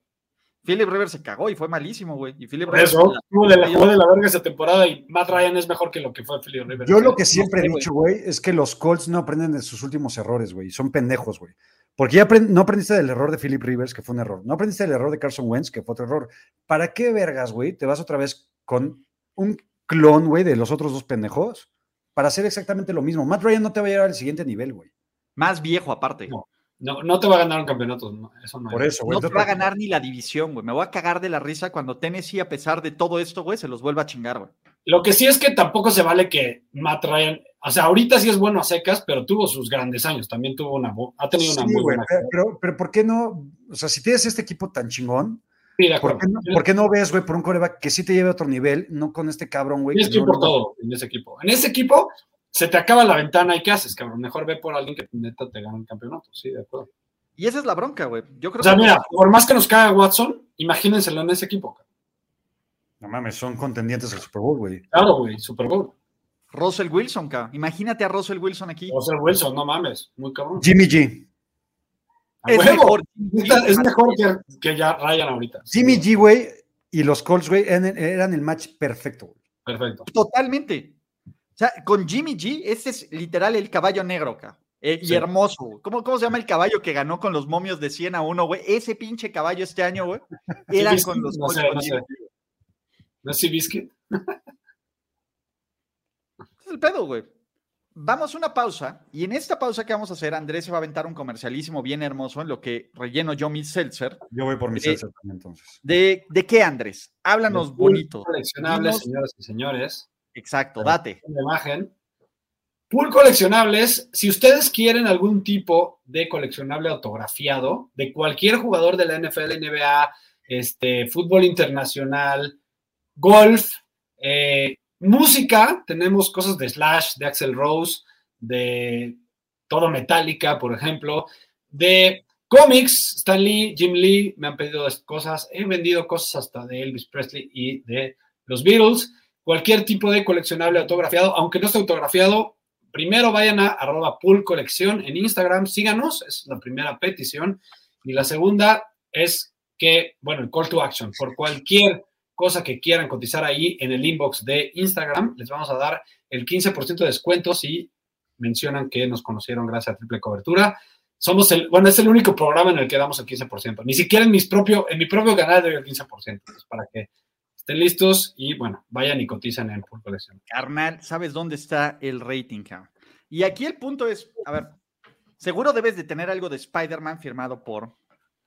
G: Philip Rivers se cagó y fue malísimo, güey. Y Philip
I: Por
G: Rivers.
I: eso, jugó de la, jugó de la verga esa temporada y Matt Ryan es mejor que lo que fue Philip Rivers.
H: Yo lo que siempre
G: sé,
H: he
G: güey.
H: dicho, güey, es que los Colts no aprenden de sus últimos errores, güey. Son pendejos, güey. Porque ya aprend- no aprendiste del error de Philip Rivers, que fue un error. No aprendiste del error de Carson Wentz, que fue otro error. ¿Para qué vergas, güey? Te vas otra vez con un clon, güey, de los otros dos pendejos para hacer exactamente lo mismo. Matt Ryan no te va a llevar al siguiente nivel, güey.
G: Más viejo, aparte.
I: No, No, no te va a ganar un campeonato. no, eso no
H: Por
I: es.
H: eso, güey.
G: No te va a
H: Entonces,
G: ganar ni la división, güey. Me voy a cagar de la risa cuando Tennessee, a pesar de todo esto, güey, se los vuelva a chingar, güey.
I: Lo que sí es que tampoco se vale que Matt Ryan. O sea, ahorita sí es bueno a secas, pero tuvo sus grandes años. También tuvo una. bu- Ha tenido una
H: sí,
I: muy
H: güey,
I: buena.
H: pero, pero, pero ¿por qué no? O sea, si tienes este equipo tan chingón,
I: Sí, de
H: ¿por
I: acuerdo.
H: qué no, por qué no ves, güey, por un coreback que sí te lleve a otro nivel, no con este cabrón, güey?
I: Tienes
H: que
I: que ir
H: no-
I: por todo en ese equipo. En ese equipo se te acaba la ventana y ¿qué haces, cabrón? Mejor ve por alguien que neta te gane el campeonato. Sí, de acuerdo.
G: Y esa es la bronca, güey. Yo creo
I: O sea,
G: que.
I: mira, por más que nos caga Watson, imagínenselo en ese equipo. cabrón.
H: No mames, son contendientes al Super Bowl, güey.
I: Claro, güey, Super Bowl.
G: Russell Wilson, cabrón. Imagínate a Russell Wilson aquí.
I: O sea, Wilson, no mames, muy cabrón.
H: Jimmy G.
I: ¡A
G: Es
I: huevo!
G: mejor.
I: Neta, es mejor que, que ya Ryan ahorita.
H: Jimmy G, güey, y los Colts, güey, eran, eran el match perfecto. güey.
I: Perfecto.
G: Totalmente. O sea, con Jimmy G, este es literal el caballo negro, cabrón. Eh, y
I: Sí.
G: hermoso. güey. ¿Cómo, ¿Cómo se llama el caballo que ganó con los momios de 100 a 1, güey? Ese pinche caballo este año, güey. Era
I: Sí,
G: con los
I: no
G: Colts
I: sé,
G: con
I: no
G: Jimmy
I: sé. ¿No es Sibisky?
G: Es el pedo, güey. Vamos a una pausa y en esta pausa que vamos a hacer, Andrés se va a aventar un comercialísimo bien hermoso en lo que relleno yo mi seltzer.
H: Yo voy por mi
G: Sí.
H: salsa también, entonces.
G: ¿De, de qué, Andrés? Háblanos bonito.
I: Coleccionables,
G: Dinos-
I: señoras y señores. Ah.
G: Exacto, date.
I: una imagen. Pool coleccionables, si ustedes quieren algún tipo de coleccionable autografiado de cualquier jugador de la NFL, NBA, este, fútbol internacional, golf, eh, música, tenemos cosas de Slash, de Axel Rose, de todo Metallica, por ejemplo, de cómics, Stan Lee, Jim Lee, me han pedido cosas, he vendido cosas hasta de Elvis Presley y de los Beatles cualquier tipo de coleccionable autografiado, aunque no esté autografiado, primero vayan a arroba pool colección en Instagram, síganos, es la primera petición. Y la segunda es que, bueno, el call to action, por cualquier cosa que quieran cotizar ahí en el inbox de Instagram, les vamos a dar el 15% de descuento si mencionan que nos conocieron gracias a Triple Cobertura. Somos el, bueno, es el único programa en el que damos el 15%. Ni siquiera en, mis propio, en mi propio canal doy el 15%. Es pues, para que estén listos y bueno, vayan y cotizan en Pool Colección.
G: Carnal, ¿sabes dónde está el rating, cabrón? Y aquí el punto es, a ver, seguro debes de tener algo de Spider-Man firmado por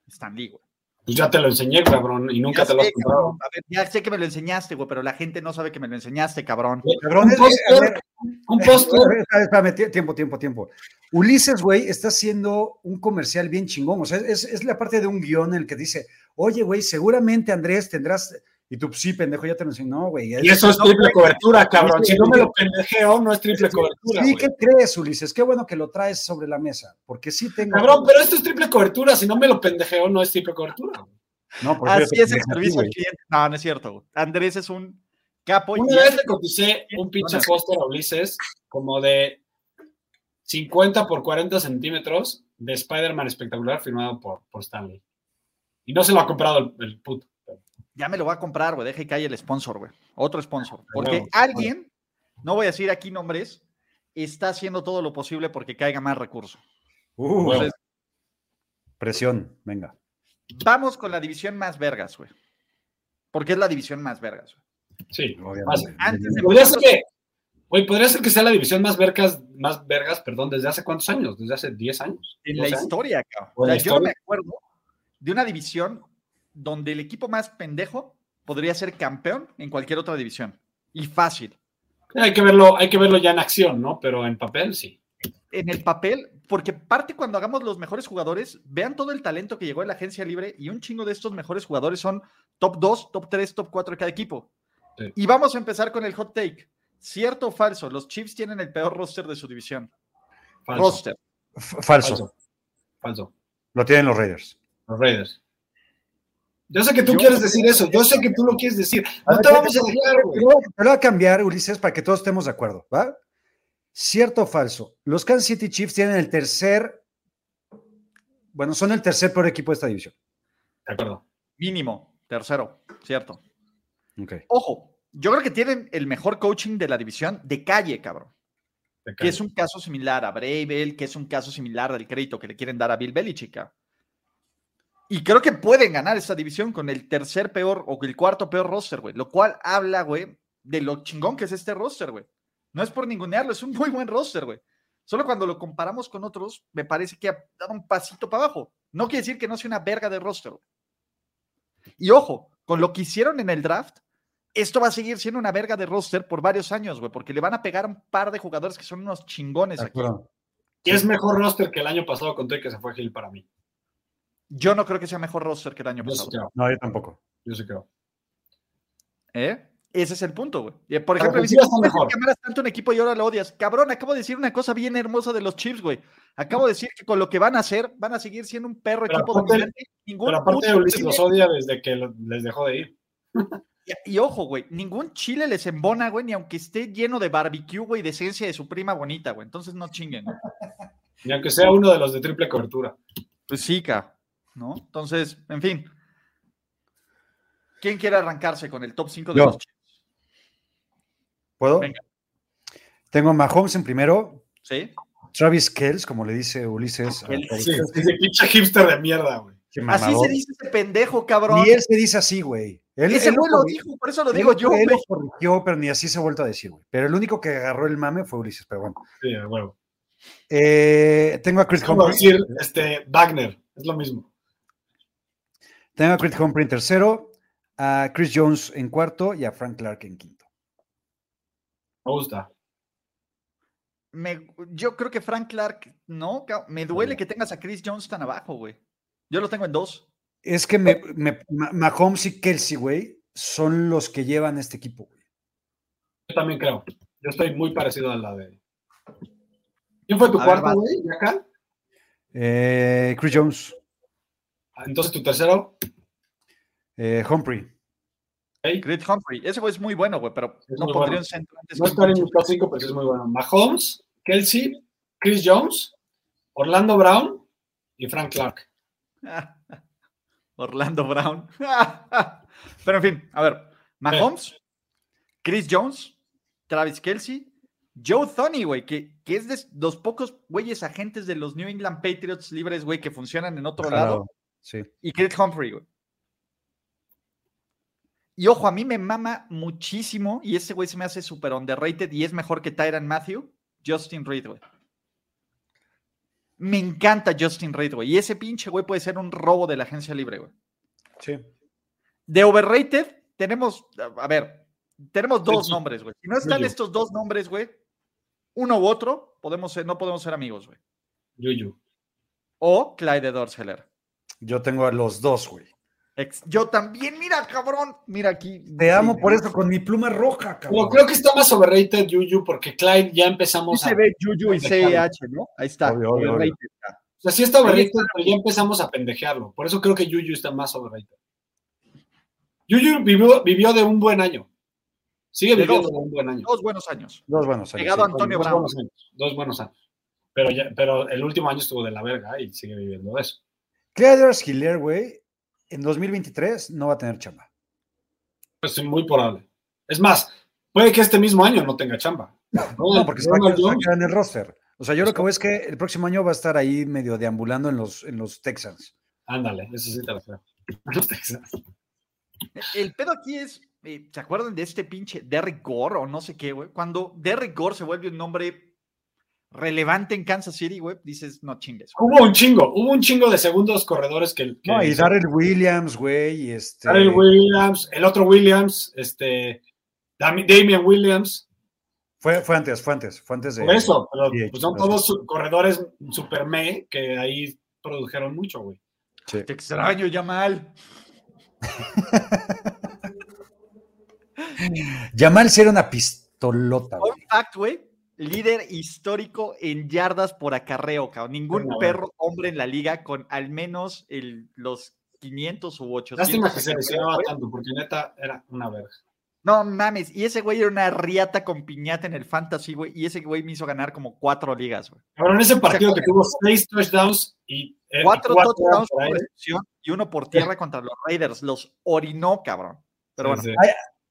G: Stan Lee, güey.
I: Pues ya te lo enseñé, cabrón, y nunca
G: Ya
I: te lo has
G: sé, cabrón.
I: comprado.
G: A ver, ya sé que me lo enseñaste, güey, pero la gente no sabe que me lo enseñaste, cabrón.
H: Cabrón,
I: Un
H: es que, a
I: póster,
H: ver,
I: un
H: a
I: póster.
H: ver, espérame, espérame, tie- tiempo, tiempo, tiempo. Ulises, güey, está haciendo un comercial bien chingón. O sea, es, es la parte de un guión en el que dice, oye, güey, seguramente Andrés tendrás Y tú, sí, pendejo, ya te lo enseñé. No, güey.
I: Y eso es
H: no,
I: triple
H: güey.
I: cobertura, cabrón.
H: Sí,
I: Si no me
H: sí.
I: lo pendejeo, no es triple cobertura.
H: Sí,
I: güey.
H: ¿qué crees, Ulises? Qué bueno que lo traes sobre la mesa, porque sí tengo...
I: Cabrón, pero esto es triple cobertura. Si no me lo pendejeo, no es triple cobertura. güey.
H: No, por eso
G: Así
H: yo
G: es
H: te
G: el
H: dije a ti,
G: servicio al
H: güey.
G: cliente. No, no es cierto. güey. Andrés es un capo. y-
I: Una vez le coticé un pinche póster a Ulises como de 50 por 40 centímetros de Spider-Man espectacular firmado por, por Stanley. Y no se lo ha comprado el, el puto.
G: Ya me lo va a comprar, güey. Deje que haya el sponsor, güey. Otro sponsor. Porque
I: Ah, huevo.
G: alguien, no voy a decir aquí nombres, está haciendo todo lo posible porque caiga más recursos.
H: Uh,
I: Huevo.
G: Entonces,
H: Presión, venga.
G: vamos con la división más vergas, güey. Porque es la división más vergas. güey.
I: Sí.
H: Obviamente.
G: Antes de
I: Podría ser Pues que, güey, podría ser que sea la división más vergas, más vergas, perdón, desde hace cuántos años, desde hace 10 años.
G: en
I: 12
G: la
I: años.
G: historia, cabrón.
I: O en
G: O sea,
I: la
G: yo no me
I: historia.
G: acuerdo de una división donde el equipo más pendejo podría ser campeón en cualquier otra división. Y fácil.
I: Hay que verlo, hay que verlo ya en acción, ¿no? Pero en papel sí.
G: en el papel, porque parte cuando hagamos los mejores jugadores, vean todo el talento que llegó en la agencia libre y un chingo de estos mejores jugadores son top 2, top 3, top 4 de cada equipo.
I: Sí.
G: Y vamos a empezar con el hot take. ¿Cierto o falso? Los Chiefs tienen el peor roster de su división.
I: Falso,
G: Roster.
H: F-
I: falso,
H: Falso.
I: falso,
H: Lo tienen los Raiders.
I: Los Raiders. Yo sé que tú quieres decir eso, yo sé que tú lo quieres decir. No te vamos a dejar,
H: Te
G: Pues.
I: güey.
H: lo voy a- te lo voy a cambiar, Ulises, para que todos estemos de acuerdo, ¿va? ¿Cierto o falso? Los Kansas City Chiefs tienen el tercer. Bueno, son el tercer peor equipo de esta división.
I: De acuerdo.
G: Mínimo. Tercero. Cierto.
H: Ok.
G: Ojo, yo creo que tienen el mejor coaching de la división de calle, cabrón. Que
I: de acuerdo.
G: es un caso similar a Bravel, que es un caso similar al crédito que le quieren dar a Bill Belichick. cabrón. Y creo que pueden ganar esta división con el tercer peor o el cuarto peor roster, güey. Lo cual habla, güey, de lo chingón que es este roster, güey. No es por ningunearlo, es un muy buen roster, güey. Solo cuando lo comparamos con otros, me parece que ha dado un pasito para abajo. No quiere decir que no sea una verga de roster. güey. Y ojo, con lo que hicieron en el draft, esto va a seguir siendo una verga de roster por varios años, güey, porque le van a pegar a un par de jugadores que son unos chingones
H: De
G: aquí.
H: acuerdo.
I: Y es mejor roster que el año pasado con todo y que se fue Gil para mí.
G: Yo no creo que sea mejor roster que el año
I: Yo sí
G: pasado.
I: creo,
H: No, yo tampoco.
I: yo sí creo.
G: ¿eh? Ese es el punto, güey. Y, Por
I: Las
G: ejemplo, me
I: ofensivas
G: dicen,
I: son
G: "¿Cómo es que
I: mejor?"
G: amaras tanto un equipo y ahora lo odias? Cabrón, acabo de decir una cosa bien hermosa de los Chips, güey. Acabo de decir que con lo que van a hacer, van a seguir siendo un perro
I: Pero
G: equipo
I: aparte-
G: dominante. Ningún
I: Pero aparte
G: puto
I: Ulises
G: chile-
I: los odia desde que lo- les dejó de ir.
G: y, y ojo, güey, ningún chile les embona, güey, ni aunque esté lleno de barbecue, güey, de esencia de su prima bonita, güey. Entonces no chinguen. güey.
I: Ni aunque sea uno de los de triple cobertura.
G: Pues sí, ca, ¿no? Entonces, en fin. ¿Quién quiere arrancarse con el top 5 de
H: Yo.
G: los Chips?
H: ¿Puedo?
G: Venga.
H: Tengo a Mahomes en primero,
G: ¿Sí?
H: Travis Kells, como le dice Ulises. a
G: Ah, Kelce.
H: Travis
I: Sí,
H: Kelce.
I: ese pinche hipster de mierda, güey.
H: Qué
G: Así
H: mamador.
G: se dice ese pendejo, cabrón.
H: Ni él se dice así, güey. Él,
G: Ese
H: él
G: güey lo
H: corri-
G: dijo, por eso lo
H: él-
G: digo yo,
H: él lo
G: güey.
H: corrigió, pero ni así se ha vuelto a decir, güey. Pero el único que agarró el mame fue Ulises, pero bueno.
I: Sí, de huevo.
H: Eh, tengo a Chris
I: Es como
H: Humphries.
I: decir este, Wagner, es lo mismo.
H: Tengo a Chris Humphrey en tercero, a Chris Jones en cuarto y a Frank Clark en quinto.
I: Me gusta.
G: Me- yo creo que Frank Clark, no, ca- me duele que tengas a Chris Jones tan abajo, güey. Yo lo tengo en dos.
H: Es que me, me- Ma- Mahomes y Kelsey, güey, son los que llevan este equipo, güey.
I: Yo también creo. Yo estoy muy parecido a la de. ¿Quién fue
G: A
I: tu
G: ver,
I: cuarto,
G: vas.
I: güey? ¿De acá?
H: Eh, Chris Jones,
I: Ah, Entonces tu tercero.
H: eh, Humphrey.
I: ok.
G: Chris Humphrey, ese güey es muy bueno, güey, pero
I: Es
G: no
I: muy
G: pondría
I: bueno.
G: un centro antes.
I: No
G: que-
I: está en mi top 5, pero sí es muy bueno. Mahomes, Kelsey, Chris Jones, Orlando Brown y Frank Clark.
G: Orlando Brown. pero en fin, a ver. Mahomes, Chris Jones, Travis Kelsey, Joe Thoney, güey, que, que es de los pocos güeyes agentes de los New England Patriots libres, güey, que funcionan en otro lado.
H: Sí.
G: y Chris Humphrey, güey. Y ojo, a mí me mama muchísimo y ese güey se me hace súper underrated y es mejor que Tyran Matthew, Justin Reed, güey. Me encanta Justin Reed, güey. Y ese pinche güey puede ser un robo de la agencia libre, güey.
H: sí.
G: De overrated tenemos, a ver, tenemos dos
I: Sí.
G: nombres, güey. Si no están
I: Yuyu.
G: estos dos nombres, güey, uno u otro, podemos ser- no podemos ser amigos, güey.
I: Yuyu.
G: O Clyde Dorseler.
H: Yo tengo a los dos, güey.
G: Ex- Yo también, mira, cabrón. Mira aquí.
H: Te amo por eso con mi pluma roja, cabrón.
I: No, creo que está más overrated Juju porque Clyde ya empezamos
G: Sí
I: a.
G: se ve Yuyu y
I: Dejarlo.
G: CH, ¿no? Ahí está.
H: Obvio, obvio,
G: overrated.
I: O sea, sí está overrated, pero ya empezamos a pendejearlo. Por eso creo que Juju está más overrated. Juju vivió, vivió de un buen año. Sigue
G: De
I: viviendo
G: dos.
I: de un buen año.
G: Dos buenos años.
H: Dos buenos años.
G: Llegado
H: sí.
G: Antonio
I: dos
G: Brown.
I: buenos años. Dos buenos años. Pero, ya, pero el último año estuvo de la verga y sigue viviendo eso.
H: Clyde Edwards Hiller, güey, en 2023 no va a tener chamba.
I: Pues sí, muy probable. Es más, puede que este mismo año no tenga chamba. No,
H: No, porque se va, a
I: Ronald
H: quedar, se va a
I: Jones.
H: quedar en el roster. O sea, yo lo que veo es que el próximo año va a estar ahí medio deambulando en los, en los Texans.
I: Ándale, eso sí te lo creo. Los Texans.
G: El pedo aquí es, eh, ¿se acuerdan de este pinche Derrick Gore o no sé qué, güey? Cuando Derrick Gore se vuelve un nombre relevante en Kansas City, güey, dices, no chingues. güey.
I: Hubo un chingo, hubo un chingo de segundos corredores que. que
H: No, y Darrell Williams, güey, y este.
I: Darrell Williams, el otro Williams, este. Dami- Damian Williams.
H: Fue, fue antes, fue antes, fue antes de.
I: Por eso, pero
H: sí,
I: pues son
H: gracias.
I: todos su- corredores super me que ahí produjeron mucho, güey.
H: Sí.
G: Te extraño, Yamal.
H: Yamal sí era una pistolota, güey.
G: Fun fact, güey. Líder histórico en yardas por acarreo, cabrón. Ningún
I: Bueno, bueno.
G: perro hombre en la liga con al menos el, los 500 u 800.
I: Lástima que se lesionaba
G: acarreos, güey.
I: tanto, porque neta era una verga.
G: No mames. Y ese güey era una riata con piñata en el fantasy, güey. Y ese güey me hizo ganar como cuatro ligas, güey.
I: Ahora, en ese partido que tuvo seis touchdowns y. eh,
G: Cuatro
I: y cuatro
G: touchdowns
I: por
G: por
I: aire.
G: recepción y uno por tierra contra los Raiders. Los orinó, cabrón. Pero bueno,
I: Sí.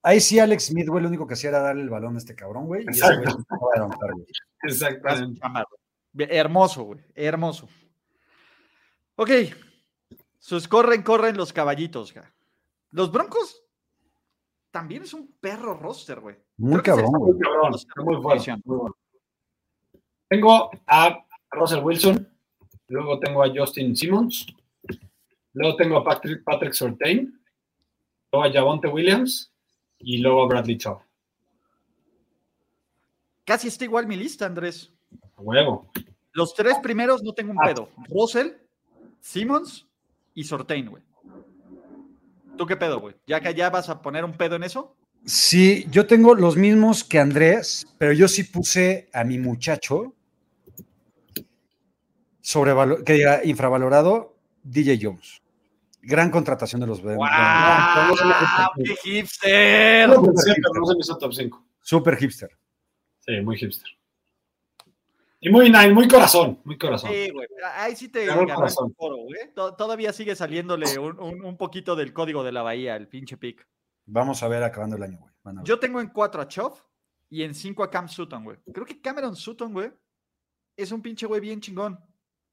H: Ahí sí, Alex Smith, güey, lo único que hacía era darle el balón a este cabrón, güey. Y ese güey
I: Exacto.
H: no va a levantar, güey.
I: Exactamente.
G: Chamar, güey. Hermoso, güey. Hermoso. Ok. Sus corren, corren los caballitos, güey. Los Broncos también es un perro roster, güey.
H: Muy
G: Creo que es el
H: cabrón, güey.
I: Muy cabrón, muy fuerte, muy bueno. Tengo a Russell Wilson, luego tengo a Justin Simmons, luego tengo a Patrick, Patrick Surtain, luego a Javonte Williams y luego a Bradley Chubb.
G: Casi está igual mi lista, Andrés.
I: A Huevo.
G: Los tres primeros no tengo un
I: Ah.
G: pedo. Russell, Simmons y Sortain, güey. ¿Tú qué pedo, güey? ¿Ya que ya vas a poner un pedo en eso?
H: Sí, yo tengo los mismos que Andrés, pero yo sí puse a mi muchacho sobrevalo- que diga infravalorado, DJ Jones. Gran contratación de los Bengals.
G: ¡Guau! ¡Qué hipster!
I: No pensé, pero no se me hizo top 5.
H: Super hipster.
I: Sí, muy hipster. Y muy nine, muy corazón, muy corazón.
G: Sí, güey. Ahí sí te
I: Ganó el
G: ganó el
I: corazón.
G: foro, güey. To- Todavía sigue saliéndole un, un- un poquito del código de la bahía, el pinche pick.
H: Vamos a ver acabando el año, güey.
I: Ah.
H: Van a ver.
G: Yo tengo en cuatro a Chop y en cinco a Cam Sutton, güey. Creo que Cameron Sutton, güey, es un pinche güey bien chingón.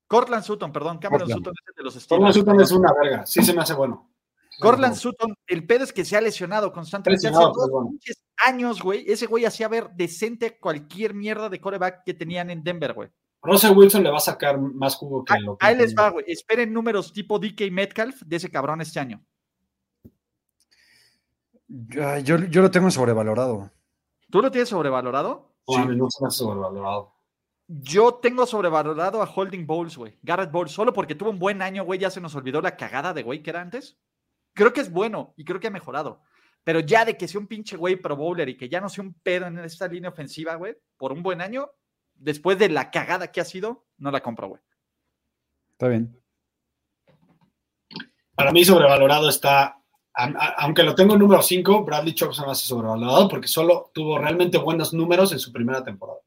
G: Cortland Sutton, perdón. Cameron
H: Cortland.
G: Sutton es el de los
I: Corland
G: Steelers.
I: Sutton es una verga, sí se me hace bueno.
G: Cortland Sutton, el pedo es que se ha lesionado constantemente.
I: Lesionado,
G: Hace
I: pero
G: dos
I: bueno.
G: pinches años, güey. Ese güey hacía ver decente cualquier mierda de coreback que tenían en Denver, güey.
I: Russell Wilson le va a sacar más jugo que
G: Ah,
I: lo que.
G: Ahí les va, güey. Esperen números tipo DK Metcalf de ese cabrón este año.
H: Ay, yo, yo lo tengo en sobrevalorado.
G: ¿Tú lo tienes sobrevalorado?
I: No, a mí no se me hace sobrevalorado.
G: Yo tengo sobrevalorado a Holding Bowles, güey. Garrett Bowles, solo porque tuvo un buen año, güey. Ya se nos olvidó la cagada de güey que era antes. Creo que es bueno y creo que ha mejorado. Pero ya de que sea un pinche güey pro bowler y que ya no sea un pedo en esta línea ofensiva, güey, por un buen año, después de la cagada que ha sido, no la compro, güey.
H: Está bien.
I: Para mí sobrevalorado está, a- a- aunque lo tengo en número 5, Bradley Chubb se me hace sobrevalorado porque solo tuvo realmente buenos números en su primera temporada.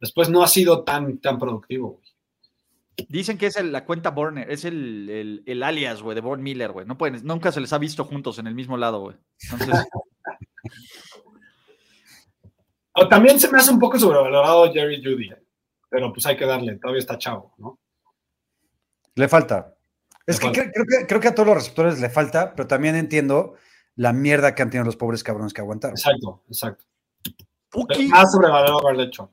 I: Después no ha sido tan, tan productivo. güey.
G: Dicen que es el- la cuenta Burner, es el, el- el alias, güey, de Von Miller, güey. No pueden, nunca se les ha visto juntos en el mismo lado, güey. Entonces,
I: O también se me hace un poco sobrevalorado Jerry Judy, eh, pero pues hay que darle, todavía está chavo, ¿no?
H: Le falta. Es
I: Le falta.
H: que cre- Creo, que creo que a todos los receptores le falta, pero también entiendo la mierda que han tenido los pobres cabrones que aguantar.
I: Exacto, exacto. Pero
G: Puki,
I: Más sobrevalorado Bradley Chubb.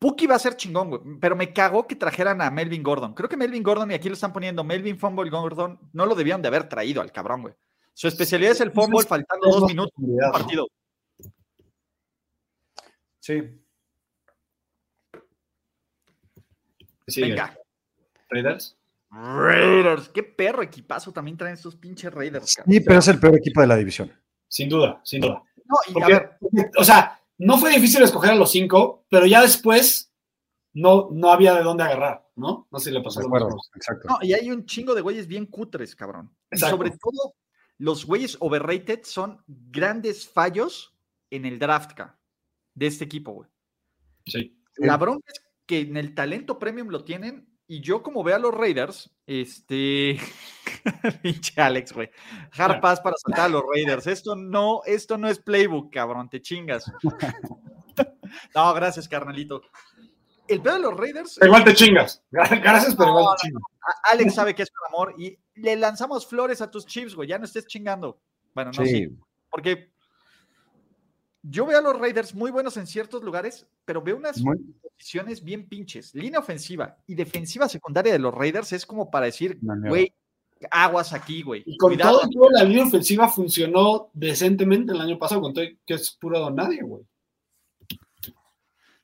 G: Puki va a ser chingón, güey. Pero me cagó que trajeran a Melvin Gordon. Creo que Melvin Gordon, y aquí lo están poniendo, Melvin Fumble Gordon, no lo debían de haber traído al cabrón, güey. Su especialidad es el fumble, faltando
I: Es
G: dos
I: más
G: minutos
I: profundidad,
G: del
I: ¿no?
G: partido.
H: Sí.
I: Sigue.
G: Venga.
I: Raiders.
G: Raiders. Qué perro equipazo también traen estos pinches Raiders. cabrón.
H: Sí, pero es el peor equipo de la división.
I: Sin duda, sin duda.
G: No, y a
I: Porque-
G: ver,
I: O sea, no fue difícil escoger a los cinco, pero ya después no, no había de dónde agarrar, ¿no? No sé si le pasó
H: De
I: lo
H: acuerdo,
I: mismo.
H: exacto.
G: no, y hay un chingo de güeyes bien cutres, cabrón. Y
I: Exacto.
G: sobre todo, los güeyes overrated son grandes fallos en el draft ca, de este equipo, güey.
I: Sí.
G: La bronca es que en el talento premium lo tienen. Y yo, como veo a los Raiders, este. Pinche Alex, güey. Hard pass para saltar a los Raiders. Esto no, esto no es playbook, cabrón. Te chingas. no, gracias, carnalito. El pedo de los Raiders,
I: Pero Igual te chingas. Gracias, pero igual te chingas.
G: a- Alex sabe que es con amor. Y le lanzamos flores a tus chips, güey. Ya no estés chingando. Bueno, no, sí. Porque yo veo a los Raiders muy buenos en ciertos lugares, pero veo unas
H: Muy-
G: posiciones bien pinches. Línea ofensiva y defensiva secundaria de los Raiders es como para decir,
H: Una mierda.
G: güey, aguas aquí, güey.
I: Y con
G: Cuidado.
I: todo, todo, la línea ofensiva funcionó decentemente el año pasado, con todo y que es puro don nadie, güey.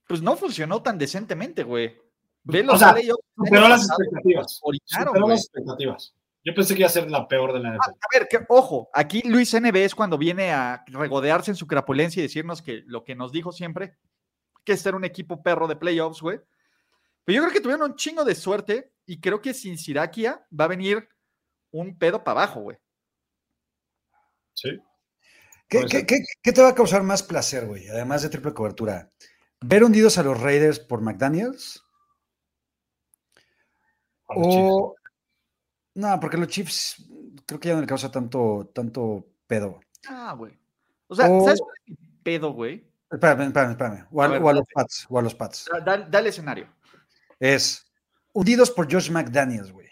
G: Pues no funcionó tan decentemente, güey. Ve los
I: sea,
G: playoffs del año
I: Superó las
G: pasado,
I: expectativas.
G: orinaron,
I: Superó
G: güey.
I: las expectativas. Yo pensé que iba a ser la peor de la NFL.
G: A ver, que, ojo, aquí Luis NB es cuando viene a regodearse en su crapulencia y decirnos que lo que nos dijo siempre, que este era un equipo perro de playoffs, güey. Pero yo creo que tuvieron un chingo de suerte y creo que sin Siraquia va a venir un pedo para abajo, güey.
I: Sí.
H: ¿Qué,
I: Puede
H: qué-
I: ser.
H: qué- qué te va a causar más placer, güey? Además de triple cobertura. ¿Ver hundidos a los Raiders por McDaniels?
I: A
H: Oh.
I: los Chiefs.
H: O. No, porque los Chiefs creo que ya no le causa tanto, tanto pedo.
G: Ah, güey. O sea,
H: O-
G: ¿sabes cuál es mi pedo, güey?
H: Espérame, espérame, espérame. O a,
G: A ver,
H: o a los
G: espérate.
H: Pats. O a los Pats.
G: Da- da- Dale escenario.
H: Es hundidos por Josh McDaniels, güey.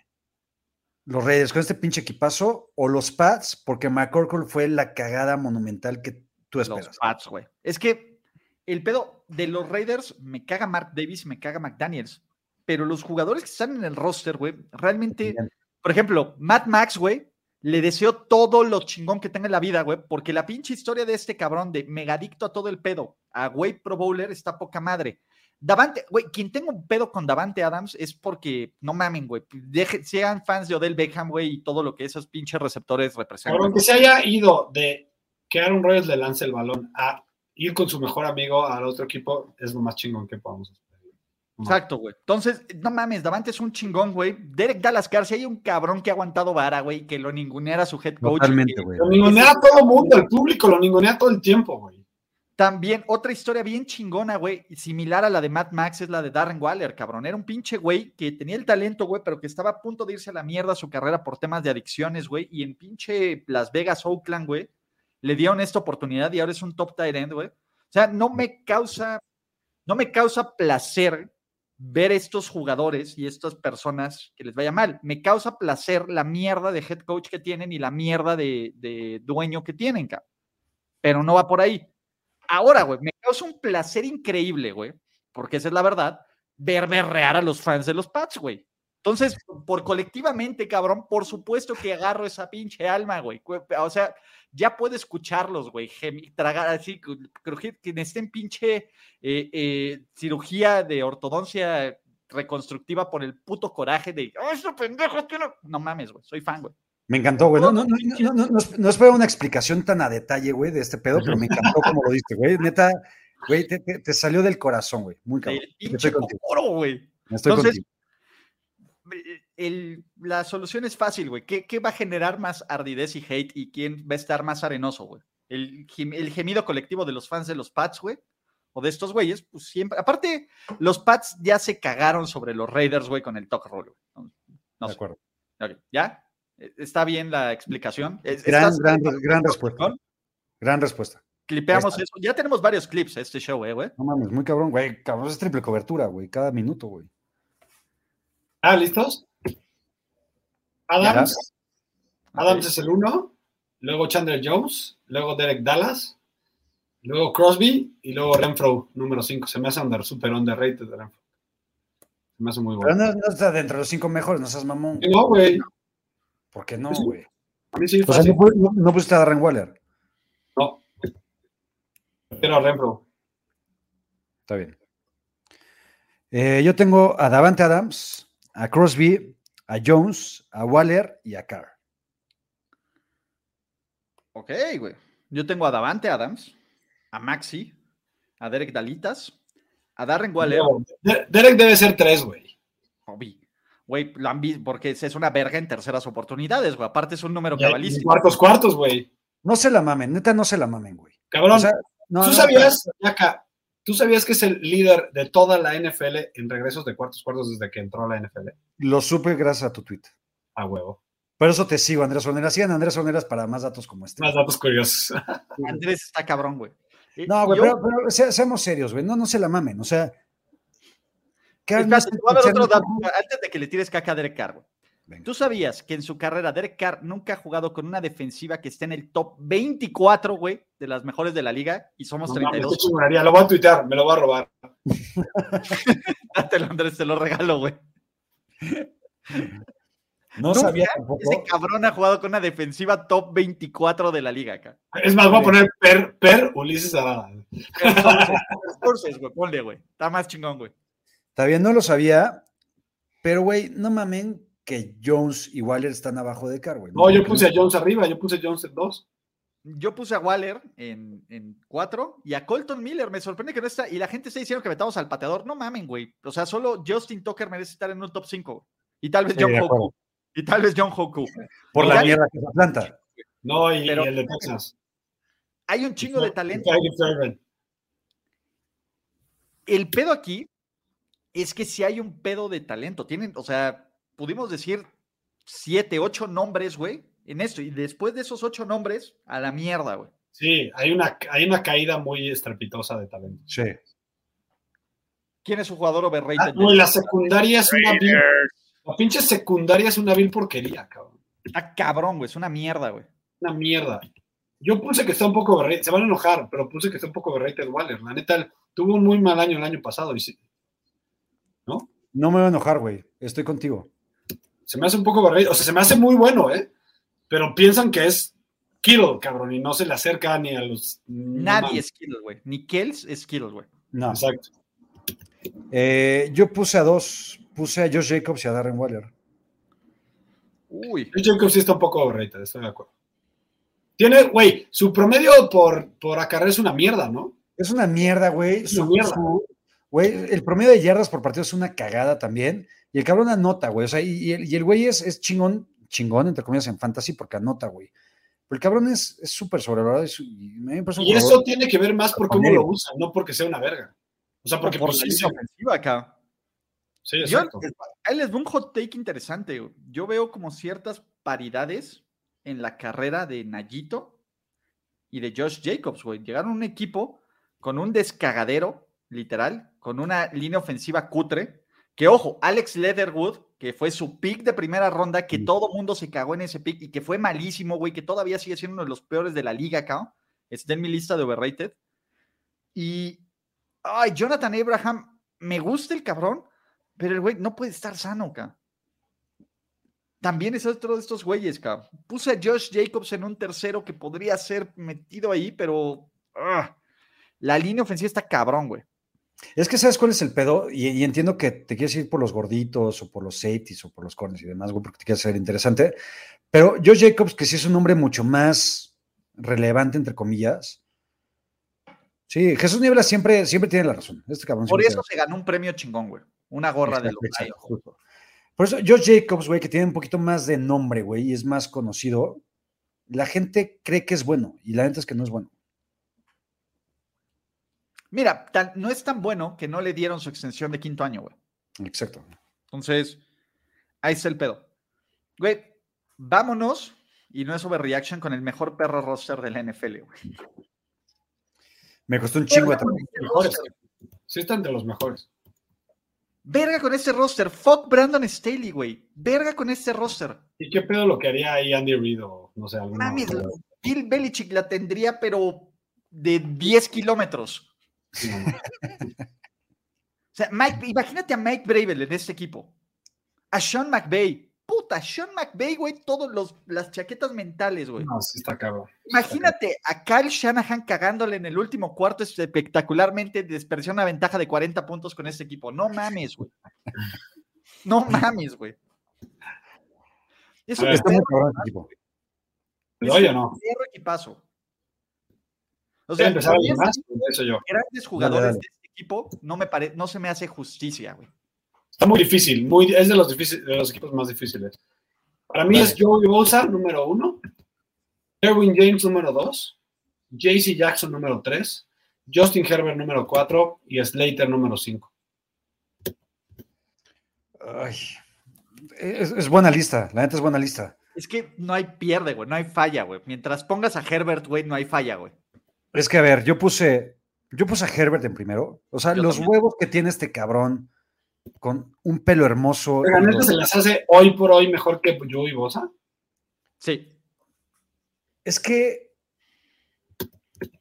H: Los Raiders con este pinche equipazo. O los Pats, porque McCorkle fue la cagada monumental que tú
G: Los
H: esperas.
G: Pats, güey. Es que el pedo de los Raiders me caga Mark Davis, me caga McDaniels. Pero los jugadores que están en el roster, güey, realmente.
H: Bien.
G: Por ejemplo, Matt Max, güey, le deseo todo lo chingón que tenga en la vida, güey, porque la pinche historia de este cabrón de megadicto a todo el pedo, a güey Pro Bowler, está poca madre. Davante, güey, quien tenga un pedo con Davante Adams es porque, no mamen, güey, deje- sean fans de Odell Beckham, güey, y todo lo que esos pinches receptores representan.
I: Cabrón, que se haya ido de que Aaron Rodgers le lance el balón a ir con su mejor amigo al otro equipo es lo más chingón que podamos hacer.
G: Exacto, güey. Entonces, no mames, Davante es un chingón, güey. Derek Dallas Garcia, hay un cabrón que ha aguantado vara, güey, que lo ninguneara su head coach.
H: Totalmente,
G: que
H: güey.
I: Lo ningunea a todo el mundo, el público lo ningunea todo el tiempo, güey.
G: También, otra historia bien chingona, güey, y similar a la de Matt Max, es la de Darren Waller, cabrón. Era un pinche güey que tenía el talento, güey, pero que estaba a punto de irse a la mierda su carrera por temas de adicciones, güey. Y en pinche Las Vegas, Oakland, güey, le dieron esta oportunidad y ahora es un top tight end, güey. O sea, no me causa, no me causa placer ver estos jugadores y estas personas que les vaya mal. Me causa placer la mierda de head coach que tienen y la mierda de, de dueño que tienen, cabrón. Pero no va por ahí. Ahora, güey, me causa un placer increíble, güey, porque esa es la verdad, ver berrear a los fans de los Pats, güey. Entonces, por colectivamente, cabrón, por supuesto que agarro esa pinche alma, güey. Cu- O sea, ya puedo escucharlos, güey, gemi- tragar así, cru- crujir, que estén pinche eh, eh, cirugía de ortodoncia reconstructiva por el puto coraje de, ¡Ah, ese pendejo tiene-". No mames, güey, soy fan, güey.
H: Me encantó, güey. No, no, no, no, no, no, no esperaba una explicación tan a detalle, güey, de este pedo, pero me encantó como lo diste, güey. Neta, güey, te, te- te salió del corazón, güey. Muy cabrón.
G: Del
H: Yo Estoy
G: pinche
H: contigo.
G: coro, güey.
H: Estoy
G: Entonces, eh,
H: contigo.
G: el- la solución es fácil, güey. ¿Qué, qué va a generar más ardidez y hate y quién va a estar más arenoso, güey? El, gem- el gemido colectivo de los fans de los Pats, güey. O de estos güeyes, pues siempre. Aparte, los Pats ya se cagaron sobre los Raiders, güey, con el talk roll, güey. No
H: de
G: sé.
H: acuerdo.
G: Ok, ¿Ya? Eh, ¿Está bien la explicación? Es-
H: Gran,
G: ¿estás-
H: gran, gran respuesta. Gran respuesta.
G: Clipeamos
H: Está.
G: eso. Ya tenemos varios clips a este show, eh, güey.
H: No mames, muy cabrón, güey. Cabrón, es triple cobertura, güey. Cada minuto, güey.
I: Ah, ¿listos? Adams. Adams
G: Ok.
I: es el uno, luego Chandler Jones, luego Derek Dallas, luego Crosby y luego Renfro, número 5. Se me hace under, super underrated de Renfro. Se me hace muy
H: Pero
I: bueno.
H: no, no está dentro de los cinco mejores, no seas mamón.
I: No, Pues güey.
H: ¿Por qué no, güey?
I: A mí sí,
H: O sea,
I: fácil.
H: no, pu- no- no pusiste a Darren Waller.
I: No. Pero a Renfro.
H: Está bien. Eh, yo tengo a Davante Adams, a Crosby, a Jones, a Waller y a Carr.
G: Ok, güey. Yo tengo a Davante Adams, a Maxi, a Derek Dalitas, a Darren Waller.
I: No, De- Derek debe ser tres, güey.
G: Obi. Güey, lo han visto porque es una verga en terceras oportunidades, güey. Aparte es un número
I: Y
G: cabalístico.
I: Cuartos, cuartos, güey.
H: No se la mamen, neta, no se la mamen, güey.
I: Cabrón,
H: O sea, no,
I: ¿tú
H: no,
I: sabías, Yaka, tú sabías que es el líder de toda la NFL en regresos de cuartos, cuartos desde que entró a la NFL?
H: Lo supe gracias a tu tweet.
I: A huevo.
H: Por eso te sigo, Andrés Oneras. Sigan a Andrés Oneras para más datos como este.
I: Más datos curiosos.
G: Andrés está cabrón, güey. Eh,
H: No, güey,
G: yo-
H: pero, pero se- seamos serios, güey. No, no se la mamen. O sea. Carr no
G: Espérate,
H: es el
G: te voy a dar
H: pitcher
G: otro dato,
H: número uno.
G: antes de que le tires caca a Derek Carr. güey.
H: Venga.
G: ¿Tú sabías que en su carrera Derek Carr nunca ha jugado con una defensiva que esté en el top 24, güey, de las mejores de la liga? Y somos
I: No, mames, qué
G: 32.
I: chingonería. Lo voy a tuitear, me lo voy a robar.
G: Dátelo, Andrés, te lo regalo, güey.
H: No
G: Nunca
H: sabía tampoco.
G: Ese cabrón ha jugado con una defensiva top 24 de la liga, acá.
I: Es más, voy a poner per, per Ulises Arada.
G: Forces, Pues, güey, ponle, güey. Está más chingón, güey.
H: Está bien, no lo sabía. Pero, güey, no mamen que Jones y Waller están abajo de Carr, güey.
I: No, yo puse a Jones arriba, yo puse a Jones en dos.
G: Yo puse a Waller en, en cuatro y a Colton Miller. Me sorprende que no está. Y la gente está diciendo que metamos al pateador. No mamen, güey. O sea, solo Justin Tucker merece estar en un top 5. Y tal vez
H: Sí,
G: John
H: de
G: Hoku.
H: acuerdo.
G: Y tal vez John Hoku.
H: Por la
G: Mira,
H: mierda que es Atlanta.
I: No, y,
G: Pero-
I: y el de Texas.
G: Hay un chingo de talento.
I: Y Tyler Ferguson.
G: El pedo aquí es que si hay un pedo de talento. Tienen, o sea, pudimos decir siete, ocho nombres, güey, en esto. Y después de esos ocho nombres, a la mierda, güey.
I: Sí, hay una, hay una caída muy estrepitosa de talento.
H: Sí.
G: ¿Quién es su jugador overrated?
I: Ah, No, y la secundaria es una vil, la pinche secundaria es una vil porquería, cabrón.
G: Está cabrón, güey. Es una mierda, güey.
I: Una mierda. Yo puse que está un poco overrated, se van a enojar, pero puse que está un poco overrated Waller. La neta, él tuvo un muy mal año el año pasado y se,
H: No me voy a enojar, güey. Estoy contigo.
I: se me hace un poco overrated. O sea, se me hace muy bueno, ¿eh? Pero piensan que es Kittle, cabrón, y no se le acerca ni a los... ni
G: Nadie
I: mames.
G: es Kittle, güey. Ni Kells es Kittle, güey.
H: No.
I: Exacto.
H: Eh, yo puse a dos. Puse a Josh Jacobs y a Darren Waller.
G: Uy.
I: Josh Jacobs sí está un poco overrated, estoy de acuerdo. Tiene, güey, su promedio por, por acarreo es una mierda, ¿no?
H: Es una mierda, güey.
I: Es
H: Su-
I: una mierda.
H: su- Güey, el promedio de yardas por partido es una cagada también. Y el cabrón anota, güey. O sea, y, y el, y el güey es, es chingón, chingón, entre comillas, en fantasy porque anota, güey. Pero el cabrón es es súper sobrevalorado y, su- y me parece un
I: Y eso
H: jugador-
I: tiene que ver más por cómo lo usan, no porque sea una verga. O sea, porque
G: por
I: pues,
G: la
I: sí,
G: línea ofensiva acá.
I: sí,
G: Yo,
I: exacto.
G: ahí les doy un hot take interesante. güey. Yo veo como ciertas paridades en la carrera de Nayito y de Josh Jacobs, güey. Llegaron a un equipo con un descagadero, literal, con una línea ofensiva cutre. Que ojo, Alex Leatherwood, que fue su pick de primera ronda, que todo mundo se cagó en ese pick y que fue malísimo, güey, que todavía sigue siendo uno de los peores de la liga acá. Está en mi lista de overrated. Y, ay, Jonathan Abraham, me gusta el cabrón, pero el güey no puede estar sano, ca. También es otro de estos güeyes, ca. Puse a Josh Jacobs en un tercero que podría ser metido ahí, pero ah, la línea ofensiva está cabrón, güey.
H: Es que sabes cuál es el pedo, y, y entiendo que te quieres ir por los gorditos o por los safeties o por los corners y demás, güey, porque te quieres ser interesante. Pero Josh Jacobs, que sí es un hombre mucho más relevante, entre comillas. Sí, Jesús Niebla siempre, siempre tiene la razón. Este cabrón
G: Por
H: siempre
G: eso se ganó un premio chingón, güey. Una gorra de los
H: Exacto,
G: Lions.
H: exacto, justo. Por eso, Josh Jacobs, güey, que tiene un poquito más de nombre, güey, y es más conocido, la gente cree que es bueno, y la neta es que no es bueno.
G: Mira, tan- no es tan bueno que no le dieron su extensión de quinto año, güey.
H: Exacto.
G: Entonces, ahí está el pedo. Güey, vámonos, y no es overreaction, con el mejor perro roster de la NFL, güey.
H: Me costó un chingo de trabajo.
I: Mejores. Sí están de los mejores.
G: Verga con este roster. Fuck Brandon Staley, güey. Verga con este roster.
I: ¿Y qué pedo lo que haría ahí Andy Reid o no sé, alguna
G: Mames, Bill Belichick la tendría, pero de 10 kilómetros. O sea, Mike, imagínate a Mike Bravel en este equipo. A Sean McVay. Puta, Sean McVay, güey, todas las chaquetas mentales, güey.
I: No, sí está cabrón.
G: Imagínate a Kyle Shanahan cagándole en el último cuarto espectacularmente, desperdició una ventaja de 40 puntos con este equipo. No mames, güey. No mames, güey. Eso que
I: A ver.
G: está
H: Está muy cabrón este equipo.
I: ¿Le doy o no?
G: perro equipazo. O
I: ¿Voy a
G: sea,
I: empezar alguien
G: 10
I: más? Pues Eso yo.
G: grandes jugadores
H: dale.
G: de este equipo no, me pare- no se me hace justicia, güey.
I: Está muy difícil, muy, es de los, difícil- de los equipos más difíciles. Para mí es Joey Bosa, número uno, Erwin James, número dos, JC Jackson, número tres, Justin Herbert, número cuatro y Slater, número cinco.
H: Ay, es, es buena lista, la neta es buena lista.
G: Es que no hay pierde, güey, no hay falla, güey. Mientras pongas a Herbert, güey, no hay falla, güey.
H: Es que a ver, yo puse, yo puse a Herbert en primero. O sea,
G: Yo
H: los
G: también.
H: huevos que tiene este cabrón con un pelo hermoso.
I: Oigan, este
H: y
I: ¿neta
H: los-
I: se las hace hoy por hoy mejor que Joey Bosa?
G: Sí.
H: Es que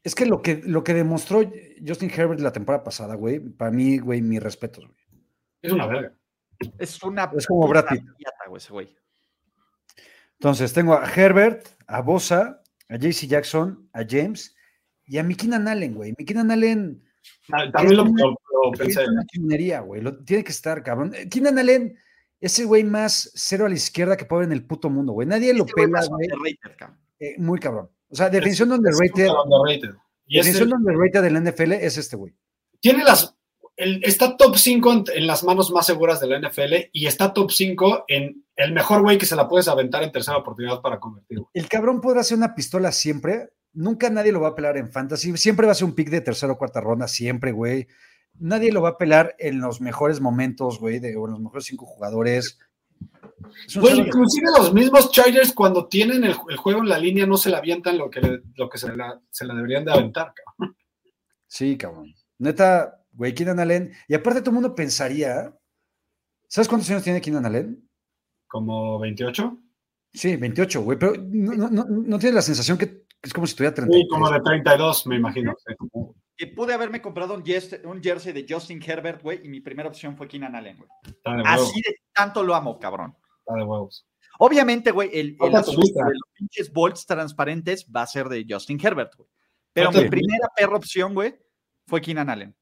H: es que lo que lo que demostró Justin Herbert la temporada pasada, güey, para mí, güey, mis respetos, güey.
I: Es una verga.
G: Es una.
H: Es como
G: puta
H: Brad Pitt.
G: piata, güey, ese güey.
H: Entonces, tengo a Herbert, a Bosa, a JC Jackson, a James y a Mikinan Allen, güey. Mikinan Allen
I: Ah, También lo, lo- lo
H: es
I: pensé.
H: una chingonería, güey. Lo, tiene que estar, cabrón. Eh, Keenan Allen es el güey más cero a la izquierda que puede haber en el puto mundo, güey. Nadie lo
G: Ese güey
H: pela,
G: pasó
H: güey.
G: underrated, cabrón.
H: Eh, muy cabrón. O sea, definición underrated,
I: Es underrated. Y es
H: definición
I: el-
H: underrated del NFL es este güey.
I: tiene las. el- está top 5 en, en las manos más seguras de la NFL y está top 5 en el mejor güey que se la puedes aventar en tercera oportunidad para convertir.
H: El cabrón podrá ser una pistola siempre. Nunca nadie lo va a pelar en fantasy. Siempre va a ser un pick de tercera o cuarta ronda, siempre, güey. Nadie lo va a pelar en los mejores momentos, güey, de, o en los mejores cinco jugadores. Es un
I: Güey,
H: cero-
I: inclusive los mismos Chargers cuando tienen el, el juego en la línea no se la avientan lo que, le- lo que se, la, se la deberían de aventar. cabrón.
H: Sí, cabrón. Neta, güey, Keenan Allen. Y aparte todo el mundo pensaría, ¿sabes cuántos años tiene Keenan Allen?
I: Como 28.
H: Sí, 28, güey, pero no, no, no, no tiene la sensación que es como si tuviera 30.
I: Sí, como de 32, me imagino. sí.
G: Que pude haberme comprado un, yes- un jersey de Justin Herbert, güey, y mi primera opción fue Keenan Allen, güey.
I: Está de huevos.
G: Así de tanto lo amo, cabrón.
I: Está de huevos.
G: Obviamente, güey, el, el
I: Otra
G: asunto
I: turista.
G: de los pinches bolts transparentes va a ser de Justin Herbert, güey. Pero
I: Otra
G: mi
I: turista.
G: primera perra opción, güey, fue Keenan Allen.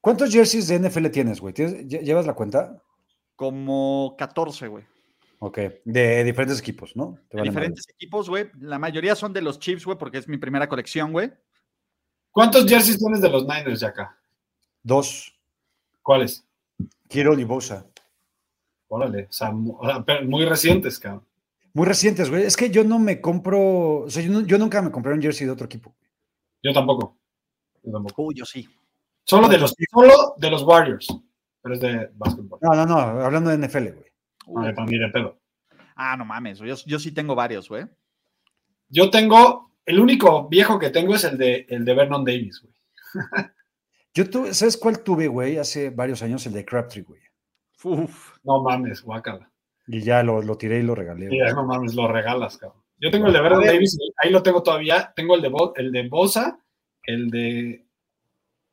H: ¿Cuántos jerseys de NFL tienes, güey? ¿Tienes- lle- ¿Llevas la cuenta?
G: Como 14, güey.
H: Ok, de diferentes equipos, ¿no? Te
G: De
H: vale madre.
G: diferentes equipos, güey. La mayoría son de los Chiefs, güey, porque es mi primera colección, güey.
I: ¿Cuántos jerseys tienes de los Niners ya acá?
H: Dos.
I: ¿Cuáles?
H: Kittle y Bosa.
I: Órale, o sea, mu- o sea, pero muy recientes, cabrón.
H: Muy recientes, güey. Es que yo no me compro, o sea, yo, no- yo nunca me compré un jersey de otro equipo.
I: Yo tampoco. Yo tampoco.
G: Uy, yo sí.
I: Solo de los, solo de los Warriors. Pero es de básquetbol.
H: No, no, no, hablando de NFL, güey.
G: Uy.
I: Ah, ni de pedo.
G: Ah, no mames, güey, yo, yo sí tengo varios, güey.
I: Yo tengo, el único viejo que tengo es el de, el de Vernon Davis, güey.
H: Yo tuve, ¿sabes cuál tuve, güey? Hace varios años, el de Crabtree, güey.
G: Uf.
I: No mames, guácala.
H: Y ya lo, lo tiré y lo regalé. güey.
I: Sí,
G: eh.
I: no mames, lo regalas, cabrón. Yo tengo el de Vernon Davis, y ahí lo tengo todavía. Tengo el de, Bo- el de Bosa, el de,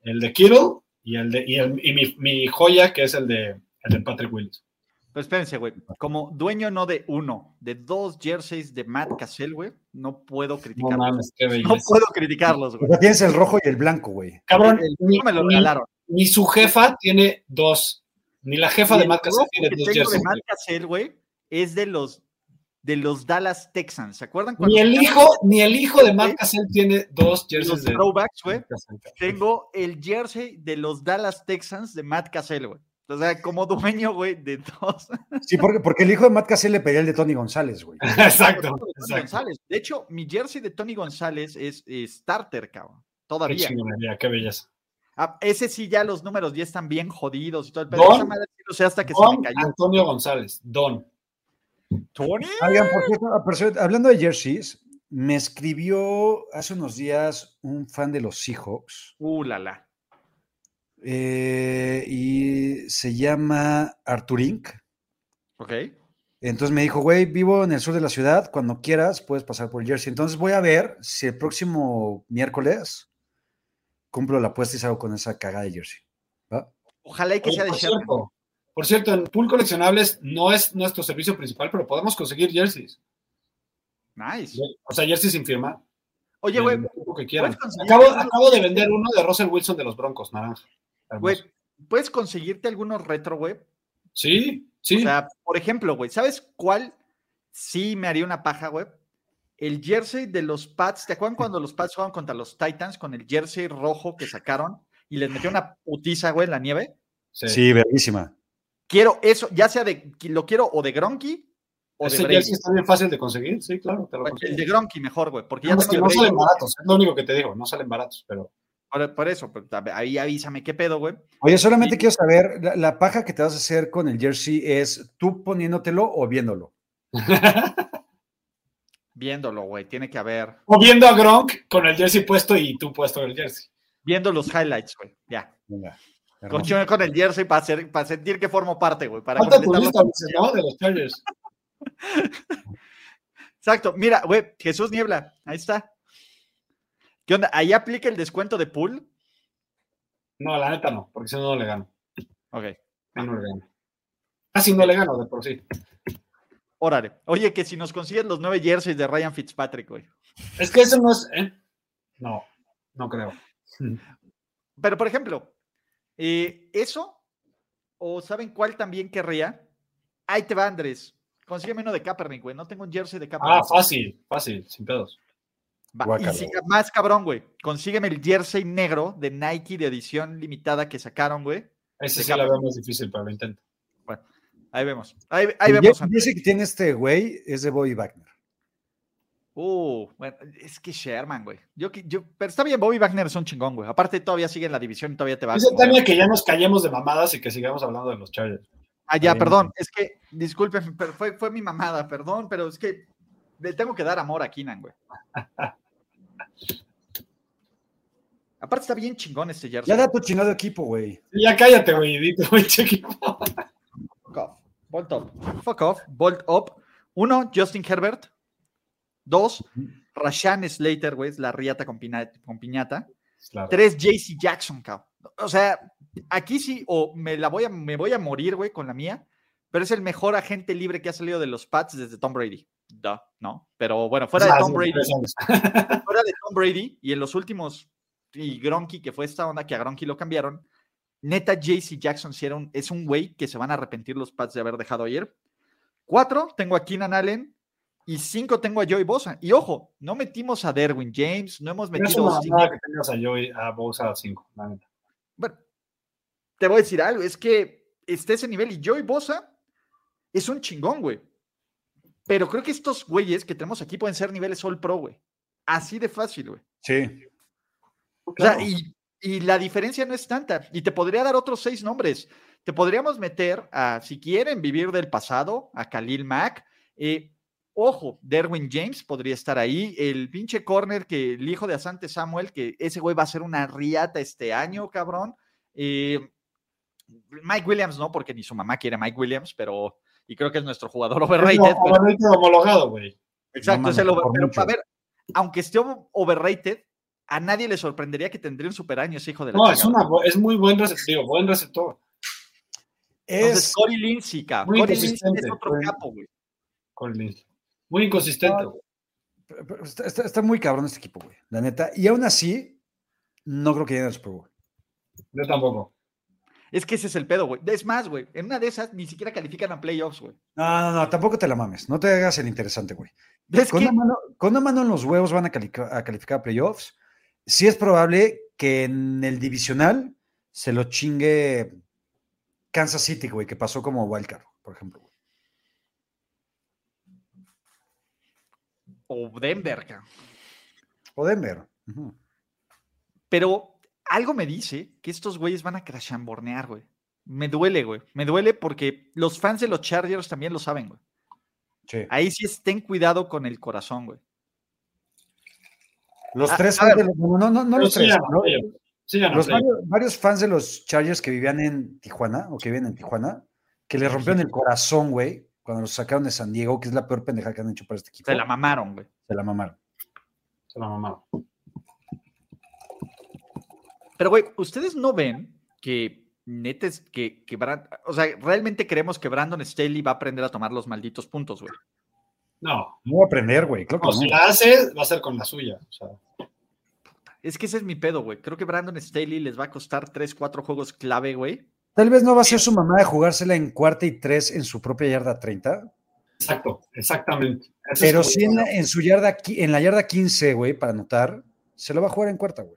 I: el de Kittle y, el de, y, el- y mi, mi joya que es el de, el de Patrick Willis.
G: Pero espérense, güey. Como dueño no de uno, de dos jerseys de Matt Cassell, güey, no puedo
I: No
G: criticarlos.
I: mames, qué
G: No,
I: belleza.
G: puedo criticarlos,
H: O
G: güey.
H: sea, tienes el rojo y el blanco, güey.
I: Cabrón,
G: El
I: ni-
G: mío me lo
I: ni-
G: regalaron.
I: ni su jefa tiene dos. Ni la jefa
G: Y
I: de
G: el
I: Matt Cassell
G: rojo
I: tiene
G: que
I: dos
G: tengo de
I: jerseys.
G: Matt Cassell, güey, es de los de los Dallas Texans. ¿Se acuerdan cuando
I: Ni el
G: sacaron
I: hijo, ni el hijo de Matt Cassell tiene dos
G: los
I: jerseys de
G: throwbacks, güey?
I: Matt Cassell.
G: Tengo el jersey de los Dallas Texans de Matt Cassell, güey. O sea, como dueño, güey, de dos.
H: Sí, porque, porque el hijo de Matt Cassell le pedía el de Tony González, güey.
I: Exacto,
G: Tony
I: exacto.
G: González. De hecho, mi jersey de Tony González es, eh, starter, cabrón.
I: Qué
G: Todavía.
I: chingonería, qué belleza.
G: Ah, ese sí, ya los números 10 están bien jodidos y todo el pedo.
I: Don-
G: Esa madre sí lo sé hasta que se
I: Don
G: me cayó.
I: Antonio González, Don.
G: ¿Tony?
H: Oigan, por cierto, ah, por cierto, hablando de jerseys, me escribió hace unos días un fan de los Seahawks
G: Uh, la, la.
H: eh, y se llama Arturink.
G: Ok.
H: Entonces me dijo, güey, vivo en el sur de la ciudad, cuando quieras puedes pasar por el jersey. Entonces voy a ver si el próximo miércoles cumplo la apuesta y salgo con esa cagada de jersey. ¿va?
G: Ojalá y que
I: Oye,
G: sea de
I: por,
G: Sherman.
I: cierto, por cierto, en Pool Coleccionables no es nuestro servicio principal, pero podemos conseguir jerseys.
G: Nice.
I: O sea, jerseys sin firmar.
G: Oye, güey,
I: Del equipo que quieran.
G: ¿puedes conseguir
I: Acabo,
G: algunos
I: acabo de
G: jerseys?
I: vender uno de Russell Wilson de los Broncos, naranja. Hermoso.
G: Güey, ¿puedes conseguirte algunos retro, güey?
I: Sí, sí.
G: O sea, por ejemplo, güey, ¿sabes cuál sí me haría una paja, güey? El jersey de los Pats. ¿Te acuerdan cuando los Pats jugaban contra los Titans con el jersey rojo que sacaron y les metió una putiza, güey, en la nieve?
I: sí.
H: Sí, verguísima.
G: Quiero eso, ya sea de, lo quiero o de Gronky o de
I: Ese
G: Brady.
I: jersey está bien fácil de conseguir, sí, claro, te lo
G: Güey, El
I: consigo.
G: de Gronky mejor, güey, porque ya
I: Nada más
G: tengo el
I: que no
G: Brady.
I: salen baratos, es lo único que te digo, no salen baratos, pero
G: Por, por eso, pues, ahí avísame qué pedo, güey.
H: Oye, solamente quiero saber, la, la paja que te vas a hacer con el jersey es tú poniéndotelo o viéndolo.
G: Viéndolo, güey, tiene que haber.
I: O viendo a Gronk con el jersey puesto y tú puesto el jersey.
G: Viendo los highlights, güey, ya.
H: Venga. hermoso.
G: Continué con el jersey para, hacer, para sentir que formo parte, güey. Para
I: Falta tu
G: completar
I: lista,
G: los-
I: Ulises, ¿no? De los Chargers.
G: Exacto. Mira, güey, Jesús Niebla, ahí está. ¿Qué onda? ¿Ahí aplica el descuento de pool?
I: No, la neta no, porque si no, no le gano.
G: Ok,
I: Ah, no le gano. Casi no le gano de por sí.
G: órale. Oye, que si nos consigues los nueve jerseys de Ryan Fitzpatrick, güey.
I: Es que eso no es. ¿eh? No, no creo.
G: Pero, por ejemplo, eh, eso, o ¿saben cuál también querría? Ahí te va, Andrés. Consígueme uno de Kaepernick, güey. No tengo un jersey de Kaepernick.
I: Ah, fácil, fácil, sin pedos.
G: Va,
H: Guácala,
G: y siga más cabrón, güey. Consígueme el jersey negro de Nike de edición limitada que sacaron, güey.
I: Ese
G: De
I: sí la
G: Kaepernick.
I: veo más difícil, pero lo intento.
G: Ahí vemos. Ahí, ahí
H: el
G: vemos.
H: jer-
G: Andrés.
H: jersey que tiene este güey es de Bobby Wagner.
G: Uh, bueno, es que Sherman, güey. Yo, que- yo, pero está bien, Bobby Wagner es un chingón, güey. Aparte, todavía sigue en la división y todavía te va. a
I: Dice
G: comer.
I: Tania que ya nos callemos de mamadas y que sigamos hablando de los Chargers.
G: Ah, ya,
H: Bien.
G: perdón. Es que, disculpen, pero fue, fue mi mamada, perdón, pero es que le tengo que dar amor a Keenan, güey. Aparte, está bien chingón este jersey.
H: Ya da tu chingado equipo, güey.
I: Sí, Ya cállate, güey, di tu pinche equipo.
G: Fuck off. Bolt up. Fuck off. Bolt up. Uno, Justin Herbert. Dos, Rashan Slater, güey, es la riata con, pina- con piñata.
I: Claro.
G: Tres, JC Jackson, cabrón. O sea, aquí sí, o me la voy a, me voy a morir, güey, con la mía, pero es el mejor agente libre que ha salido de los Pats desde Tom Brady. Duh, no, pero bueno, fuera de
I: Ah,
G: Tom
I: sí,
G: Brady,
I: tres años.
G: fuera de Tom Brady y en los últimos, y Gronky, que fue esta onda que a Gronky lo cambiaron, neta JC Jackson sí era un- es un güey que se van a arrepentir los Pats de haber dejado ayer. Cuatro, tengo a Keenan Allen. Y cinco, tengo a Joey Bosa. Y ojo, no metimos a Derwin James, no hemos
I: Es
G: metido
I: una
G: a Austin
I: mamada que tengas a Joey, a Bosa a 5, la neta.
G: bueno, te voy a decir algo, es que está ese nivel y Joey Bosa es un chingón, güey. Pero creo que estos güeyes que tenemos aquí pueden ser niveles All Pro, güey. Así de fácil, güey.
H: Sí.
G: O sea,
I: Oh, Claro.
G: y, y la diferencia no es tanta. Y te podría dar otros seis nombres. Te podríamos meter a, si quieren vivir del pasado, a Khalil Mack. Eh, ojo, Derwin James podría estar ahí. El pinche corner que el hijo de Asante Samuel, que ese güey va a ser una riata este año, cabrón. Eh, Mike Williams no, porque ni su mamá quiere a Mike Williams, pero. Y creo que es nuestro jugador overrated.
I: No,
G: pero-
I: overrated homologado, güey.
G: Exacto,
H: mames,
G: es el over-
H: por
G: pero
H: mucho.
G: a ver, aunque esté o- overrated, a nadie le sorprendería que tendría un superaño ese hijo de la
I: No,
G: chingada.
I: es, una, bu- es muy buen receptor, digo, buen receptor.
H: Es
G: Entonces, Corey Lindsey, cabrón.
I: muy
G: Corey Lindsey es
I: consistente,
G: otro
I: Corey.
G: capo, güey.
I: Corey Linsley. Muy inconsistente. güey.
H: Pero- pero Está, está- está muy cabrón este equipo, güey. La neta. Y aún así, no creo que lleguen al Super Bowl.
I: Yo tampoco.
G: Es que ese es el pedo, güey. Es más, güey, en una de esas ni siquiera califican a playoffs, güey.
H: No, no, no, tampoco te la mames. No te hagas el interesante, güey.
G: Es
H: Con,
G: que,
H: una mano, con una mano en los huevos van a, calica- a calificar a playoffs. Sí es probable que en el divisional se lo chingue Kansas City, güey, que pasó como wildcard, por ejemplo. güey.
G: o Denver, cabrón.
H: O Denver. Ujú.
G: Pero algo me dice que estos güeyes van a crashambornear, güey. Me duele, güey. Me duele porque los fans de los Chargers también lo saben, güey.
H: Sí.
G: Ahí sí es ten cuidado con el corazón, güey.
H: Los
G: Ah, a-
H: tres
G: a
H: fans
G: ver.
H: de los- No, no, no, no
I: Pero
H: los
I: sí
H: tres.
I: ganan
H: ¿no?
I: playoff. Sí ganan
H: Los
I: playoff.
H: varios, varios fans de los Chargers que vivían en Tijuana o que viven en Tijuana, que les rompieron el corazón, güey, cuando los sacaron de San Diego, que es la peor pendeja que han hecho para este equipo.
G: Se la mamaron, güey.
H: Se la mamaron.
I: Se la mamaron.
G: Pero, güey, ¿ustedes no ven que neta es que, que Bran- o sea, realmente creemos que Brandon Staley va a aprender a tomar los malditos puntos, güey?
I: No,
H: No voy a aprender, güey. Claro que
I: no, si la hace, va a ser con la suya. O sea,
G: Es que ese es mi pedo, güey. Creo que Brandon Staley les va a costar 3, 4 juegos clave, güey,
H: Tal vez no va a ser su mamá de jugársela en cuarta y tres en su propia yarda 30,
I: Exacto, exactamente. Eso
H: pero
I: es-
H: sí en la, en su yarda, qui- en la yarda 15, güey, para anotar, se lo va a jugar en cuarta, güey.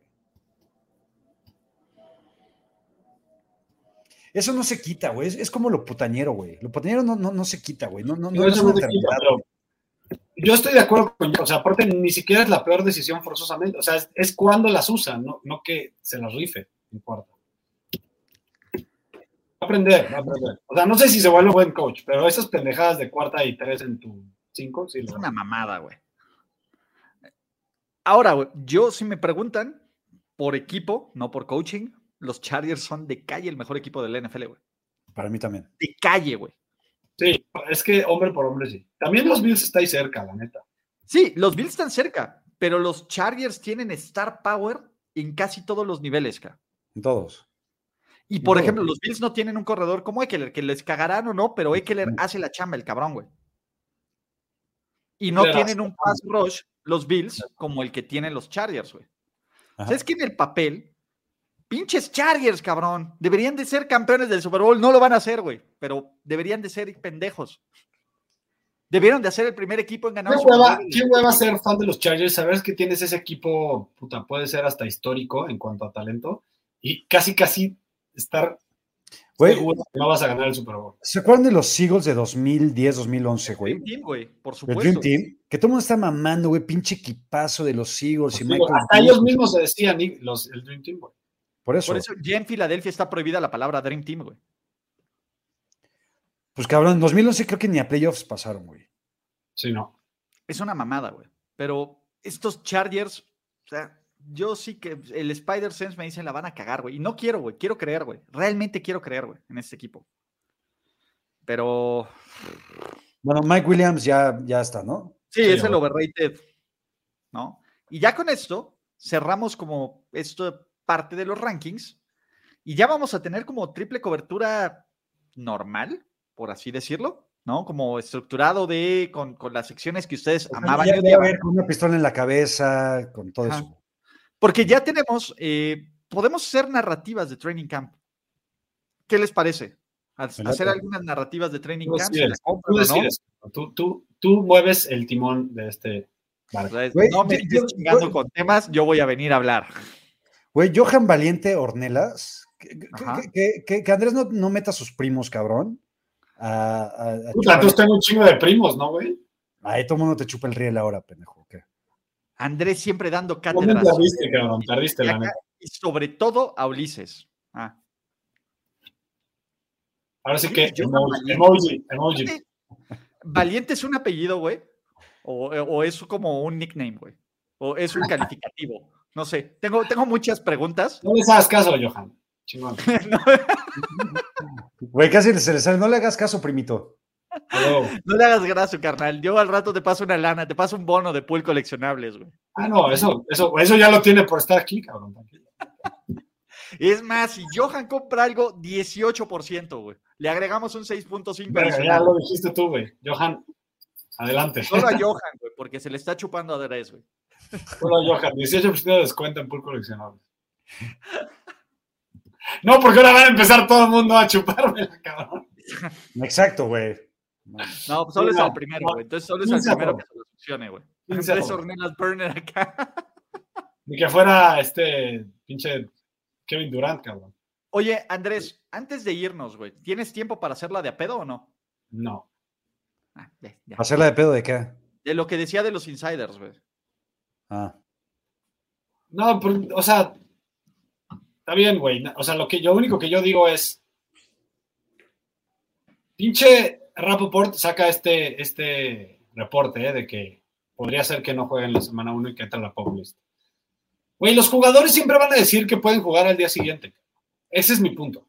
H: Eso no se quita, güey. Es, es como lo putañero, güey. Lo putañero no, no, no se quita, güey. No, no, no,
I: Digo,
H: es
I: eso
H: una
I: no te quita,
H: enfermedad.
I: pero yo estoy de acuerdo con o sea, aparte ni siquiera es la peor decisión forzosamente, o sea, es, es cuando las usan, no, no que se las rife en cuarta. Va a aprender, va a aprender. O sea, no sé si se vuelve buen coach, pero esas pendejadas de cuarta y tres en tu cinco, sí,
G: Es
I: lo-
G: una mamada, güey. Ahora, güey, yo si me preguntan por equipo, no por coaching, los Chargers son de calle el mejor equipo del NFL, güey.
H: Para mí también.
G: De calle, güey.
I: sí, es que hombre por hombre sí. También los Bills está ahí cerca, la neta.
G: Sí, los Bills están cerca, pero los Chargers tienen star power en casi todos los niveles, ca.
H: En todos.
G: Y por
H: No.
G: ejemplo, los Bills no tienen un corredor como Eckler, que les cagarán o no, pero Eckler
H: Ujú.
G: hace la chamba, el cabrón, güey. Y no
I: Eckler hace
G: tienen un pass rush los Bills como el que tienen los Chargers, güey. O
H: Ajá.
G: sea, es que en el papel, pinches Chargers, cabrón, deberían de ser campeones del Super Bowl, no lo van a hacer, güey, pero deberían de ser pendejos. Debieron de hacer el primer equipo en ganar
I: ¿Qué
G: un Super
I: hueva,
G: Bowl en
I: qué hueva ser fan de los Chargers? Saber que tienes ese equipo, puta, puede ser hasta histórico en cuanto a talento y casi, casi estar
H: Güey,
I: seguro que no vas a ganar el Super Bowl.
H: ¿se acuerdan de los Eagles de 2010, 2011,
G: el Dream
H: güey?
G: Team, güey, por
H: El
G: supuesto.
H: Dream Team. Que todo el mundo está mamando, güey. Pinche equipazo de los
G: pues
H: Eagles y
I: Pues Digo,
H: Michael.
I: hasta
H: Vick.
I: ellos mismos se decían y los, el Dream Team, güey.
H: Por eso.
G: Por eso ya en Filadelfia está prohibida la palabra Dream Team, güey.
H: Pues cabrón, en 2011 creo que ni a playoffs pasaron, güey.
I: Sí, no.
G: Es una mamada, güey. Pero estos Chargers, o sea, yo sí que el Spider Sense me dicen la van a cagar, güey. Y no quiero, güey. Quiero creer, güey. Realmente quiero creer, güey, en este equipo. Pero
H: Bueno, Mike Williams ya, ya está, ¿no?
G: sí,
I: Sí,
G: es el
I: güey.
G: overrated, ¿no? Y ya con esto cerramos como esto parte de los rankings y ya vamos a tener como triple cobertura normal, por así decirlo, ¿no? Como estructurado de con, con las secciones que ustedes amaban. y
H: ya debe
G: odiaban.
H: haber con una pistola en la cabeza, con todo
G: Ajá.
H: eso.
G: Porque ya tenemos, eh, podemos hacer narrativas de Training Camp. ¿Qué les parece? Ha-
H: late.
G: Hacer algunas narrativas de Training
I: Tú
G: Camp. se la
I: decides,
G: compro,
I: tú,
G: ¿no?
I: decides. Tú- tú- tú mueves el timón de este.
G: O sea, es,
H: Güey,
G: no me
H: yo-
G: estés
H: yo-
G: chingando
H: yo-
G: con temas, yo voy a venir a hablar.
H: Güey, Johan Valiente Ornelas, que, que-
G: Ajá.
H: que- que- que Andrés no, no meta a sus primos, cabrón. A, a- a
I: Puta,
H: chupar-
I: tú tengo un chingo de primos, ¿no, güey?
H: Ay, todo el mundo te chupa el riel ahora, pendejo. ¿qué?
G: Andrés siempre dando
I: ¿Cómo te
G: cátedras.
I: perdiste, cabrón? Perdiste,
G: Y
I: la
G: acá-
I: neta.
G: Y sobre todo a Ulises. Ah.
I: Ahora sí
G: Sí,
I: que
G: yo
I: emoji,
G: también.
I: emoji, emoji.
G: ¿Valiente es un apellido, güey? O, o es como un nickname, güey? ¿O es un calificativo? No sé. Tengo, tengo muchas preguntas.
I: No les hagas caso, Johan. Chingón.
G: No,
H: Güey, casi se le sale. No le hagas caso, primito.
I: Hasta luego.
G: No le hagas graso, carnal. Yo al rato te paso una lana, te paso un bono de pool coleccionables, güey.
I: Ah, no, eso, eso, eso ya lo tiene por estar aquí, cabrón. tranquilo.
G: Es más, si Johan compra algo, 18%, güey. Le agregamos un 6.5
I: Verga, ya
G: adicional.
I: lo dijiste tú, güey. Johan, adelante.
G: Solo a Johan, güey, porque se le está chupando a Dres, güey.
I: Hola, Johan. 18% de descuento en pool coleccionable. No, porque ahora van a empezar todo el mundo a chupármela, cabrón.
H: Exacto, güey.
G: No, pues solo
I: Sí,
G: es
I: no,
G: al primero,
I: no.
G: güey. Entonces solo es al
I: Quince a
G: primero que
I: dos.
G: se lo funcione, güey.
I: Quince a
G: Andrés
I: dos.
G: Ornelas Burner acá.
I: Ni que fuera este pinche Kevin Durant, cabrón.
G: Oye, Andrés, antes de irnos, güey, ¿tienes tiempo para hacerla de a pedo o no?
I: No.
G: Ah, ya, ya.
H: ¿Hacerla de pedo de qué?
G: De lo que decía de los insiders, güey.
H: Ah.
I: No, pero, o sea, está bien, güey. O sea, lo que yo único que yo digo es. Pinche Rapoport saca este, este reporte eh, de que podría ser que no jueguen la semana 1 y que entra la pop list. Güey, los jugadores siempre van a decir que pueden jugar al día siguiente. Ese es mi punto.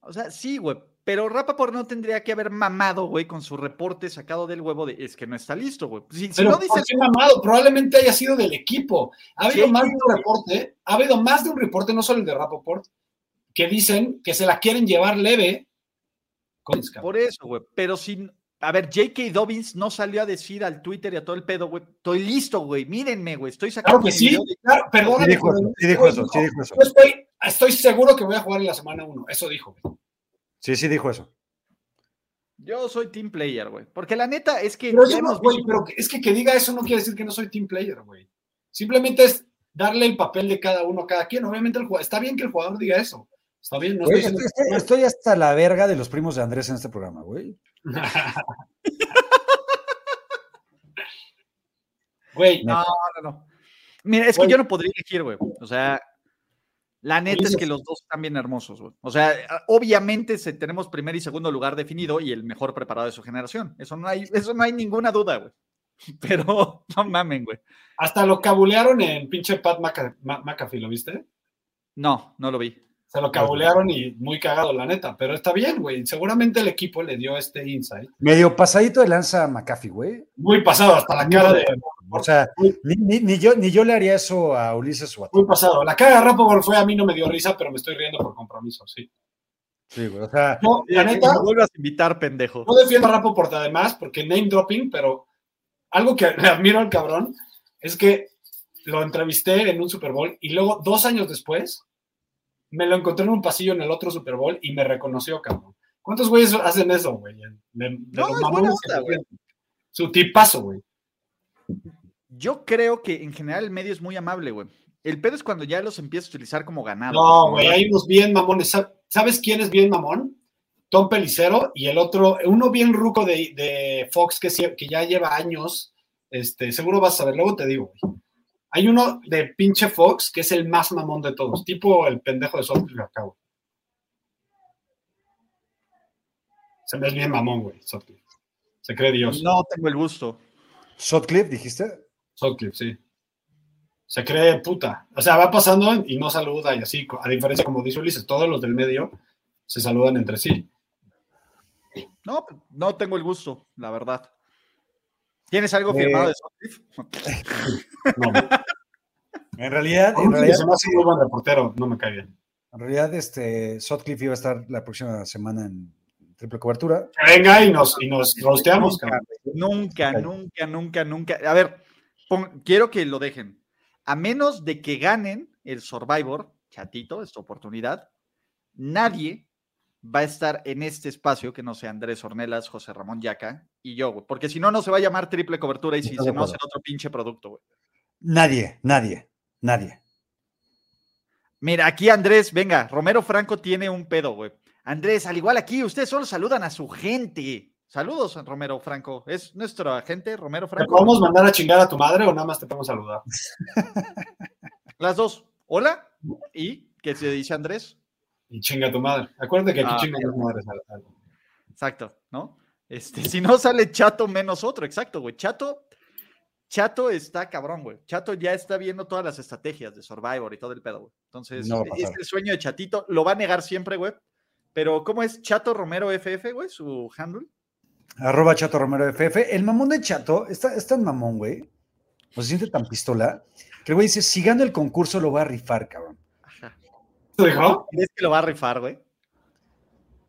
G: O sea, sí, güey. Pero Rappaport no tendría que haber mamado, güey, con su reporte sacado del huevo de es que no está listo, güey. Si, si
I: Pero
G: no
I: ¿por
G: dices,
I: qué mamado? probablemente haya sido del equipo. Ha habido
G: Sí,
I: más de
G: sí,
I: un reporte, ha habido más de un reporte, no solo el de Rapoport, que dicen que se la quieren llevar leve. Con
G: por eso, güey. Pero sin. A ver, J.K. Dobbins no salió a decir al Twitter y a todo el pedo, güey. Estoy listo, güey. Mírenme, güey. Estoy sacando.
I: Claro que
G: mi
I: sí,
G: video de-
I: claro,
H: Sí
I: perdóname.
H: dijo eso,
I: pero-
H: sí dijo eso, sí dijo eso.
I: Yo estoy Estoy seguro que voy a jugar en la semana 1. Eso dijo. güey.
H: Sí, sí dijo eso.
G: Yo soy team player, güey. Porque la neta es que.
I: Pero,
G: ya
I: eso no-
G: hemos
I: güey,
G: visto-
I: pero es que que diga eso no quiere decir que no soy team player, güey. Simplemente es darle el papel de cada uno a cada quien. Obviamente, el jugador, está bien que el jugador diga eso. Está bien, no
H: Güey,
I: estoy
H: estoy,
I: diciendo-
H: estoy- estoy hasta la verga de los primos de Andrés en este programa, güey.
I: Güey,
H: No.
G: No, no, no. Mira, es que
I: Güey.
G: yo no podría elegir, güey. O sea, la neta es que
I: Dices-
G: los dos están bien hermosos, güey. O sea, a- obviamente se, tenemos primer y segundo lugar definido y el mejor preparado de su generación. Eso no hay, eso no hay ninguna duda, güey. Pero no mamen, güey.
I: hasta lo cabulearon en pinche Pat Maca- Ma- McAfee, ¿lo viste?
G: No, no lo vi.
I: Se lo cabulearon y muy cagado, la neta. Pero está bien, güey. Seguramente el equipo le dio este insight.
H: Medio pasadito de lanza a McAfee, güey.
I: Muy pasado, hasta la cara de.
H: O sea, ni, ni- ni yo, ni yo le haría eso a Ulises o a ti,
I: Muy pasado. La cara de Rapoport fue a mí, no me dio risa, pero me estoy riendo por compromiso, sí.
H: sí, güey. O sea,
I: No, la
G: Eh,
I: neta,
G: me vuelvas a invitar, pendejo.
I: No defiendo a Rapoport además, porque name dropping, pero algo que le admiro al cabrón es que lo entrevisté en un Super Bowl y luego, dos años después, me lo encontré en un pasillo en el otro Super Bowl y me reconoció, cabrón. ¿Cuántos güeyes hacen eso, güey? De- de
G: No,
I: los
G: es
I: mamones
G: buena
I: que se
G: onda, güey.
I: sienten. Su tipazo, güey.
G: Yo creo que en general el medio es muy amable, güey. El pedo es cuando ya los empiezas a utilizar como ganado.
I: No, güey, hay unos bien mamones. Sa- ¿Sabes quién es bien mamón? Tom Pelicero y el otro, uno bien ruco de, de Fox que, sie- que ya lleva años. Este, seguro vas a saber, luego te digo, güey. Hay uno de pinche Fox que es el más mamón de todos, tipo el pendejo de Sotcliffe acá, güey. Se me es bien mamón, güey, Sotcliffe. Se cree Dios.
G: No tengo el gusto.
H: Sutcliffe, dijiste.
I: Sotcliffe, sí. Se cree puta. O sea, va pasando y no saluda y así. A diferencia, como dice Ulises, todos los del medio se saludan entre sí.
G: No, no tengo el gusto, la verdad. ¿Tienes algo
I: Eh,
G: firmado de Sotcliffe?
I: No,
H: En realidad, en
I: Ulises
H: realidad,
I: se me hace muy buen reportero, no me cae bien.
H: en realidad, este, Sutcliffe iba a estar la próxima semana en triple cobertura.
I: Que Venga y nos, y nos rosteamos, cabrón.
G: Nunca, nunca, nunca, nunca. A ver, pon- quiero que lo dejen. A menos de que ganen el Survivor, chatito, esta oportunidad, nadie va a estar en este espacio que no sea Andrés Ornelas, José Ramón Yaca y yo, güey. Porque si no, no se va a llamar triple cobertura y si
H: Estoy de
G: se no,
H: acuerdo.
G: será otro pinche producto, güey.
H: Nadie, nadie, nadie.
G: Mira, aquí Andrés, venga, Romero Franco tiene un pedo, güey. Andrés, al igual aquí, ustedes solo saludan a su gente. Saludos, Romero Franco. Es nuestro agente, Romero
I: ¿Te
G: Franco.
I: podemos mandar a chingar a tu madre o nada más te podemos saludar?
G: Las dos. Hola. ¿Y qué se dice Andrés?
I: Y chinga a tu madre. Acuérdate que aquí
G: Ah,
I: chingan las madres. a- a-
G: Exacto, ¿no? Este, si no sale Chato menos otro, exacto, güey. Chato, Chato está cabrón, güey. Chato ya está viendo todas las estrategias de Survivor y todo el pedo, güey. Entonces,
H: No va a
G: e-
H: pasar.
G: es el sueño de Chatito. Lo va a negar siempre, güey. Pero, ¿cómo es Chato Romero FF, güey? Su handle.
H: Arroba Chato Romero FF. El mamón de Chato está, es tan mamón, güey. O se siente tan pistola. Que el güey dice, si gano el concurso lo voy a rifar, cabrón.
I: ¿Te dijo?
G: ¿Crees que lo va a rifar, güey?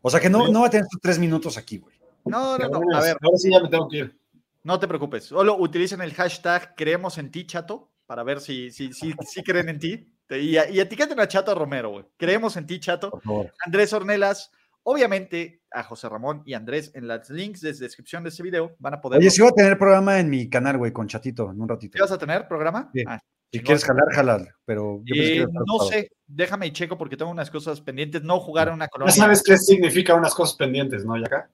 H: O sea que no, no va a tener sus tres minutos aquí, güey.
G: No, no, no. A
I: Cabrones,
G: ver,
I: Ahora sí ya me tengo que ir.
G: no te preocupes. Solo utilicen el hashtag creemos en ti, Chato, para ver si, si, si, si creen en ti. Te- Y, y etiqueten a Chato Romero, güey. Creemos en ti, Chato.
H: Por favor.
G: Andrés Ornelas, obviamente a José Ramón y Andrés en las links de descripción de este video van a poder.
H: Oye, si voy a tener programa en mi canal, güey, con Chatito, en un ratito.
G: ¿Qué vas a tener programa?
H: Sí.
G: Ah,
H: Si
G: chingón.
H: quieres jalar, jalar. Pero yo pensé que
G: Eh,
H: iba a estar
G: no
H: ocupado.
G: sé, déjame y checo porque tengo unas cosas pendientes. No jugar en una
I: Ya
G: colonia.
I: sabes qué significa unas cosas pendientes, ¿no, Yaka?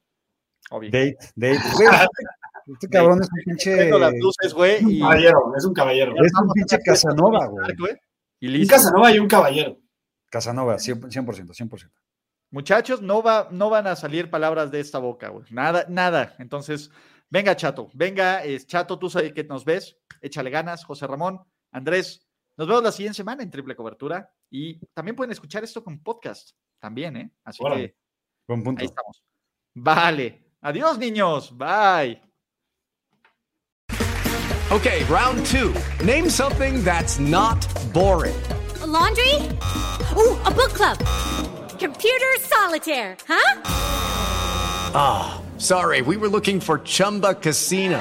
G: obvio.
H: Date, date. Güey, este cabrón es un pinche.
G: Prendo las luces, güey, y-
I: Caballero, es un caballero.
H: Es un pinche Casanova, güey.
G: Y
I: Un
G: listo.
I: Casanova y un caballero.
H: Casanova, 100%, 100%. 100%.
G: Muchachos, no, va, no van a salir palabras de esta boca, güey. Nada, nada. Entonces, venga, Chato. Venga, es Chato, tú sabes que nos ves. Échale ganas, José Ramón, Andrés. Nos vemos la siguiente semana en Triple Cobertura. Y también pueden escuchar esto con podcast. También, ¿eh? Así
I: Órale.
H: Buen
G: que
H: punto.
G: ahí estamos. Vale. Adiós, niños. Bye.
F: Okay, round two. Name something that's not boring.
J: A laundry? Ooh, a book club. Computer solitaire, huh?
F: Ah, Sorry, we were looking for Chumba Casino.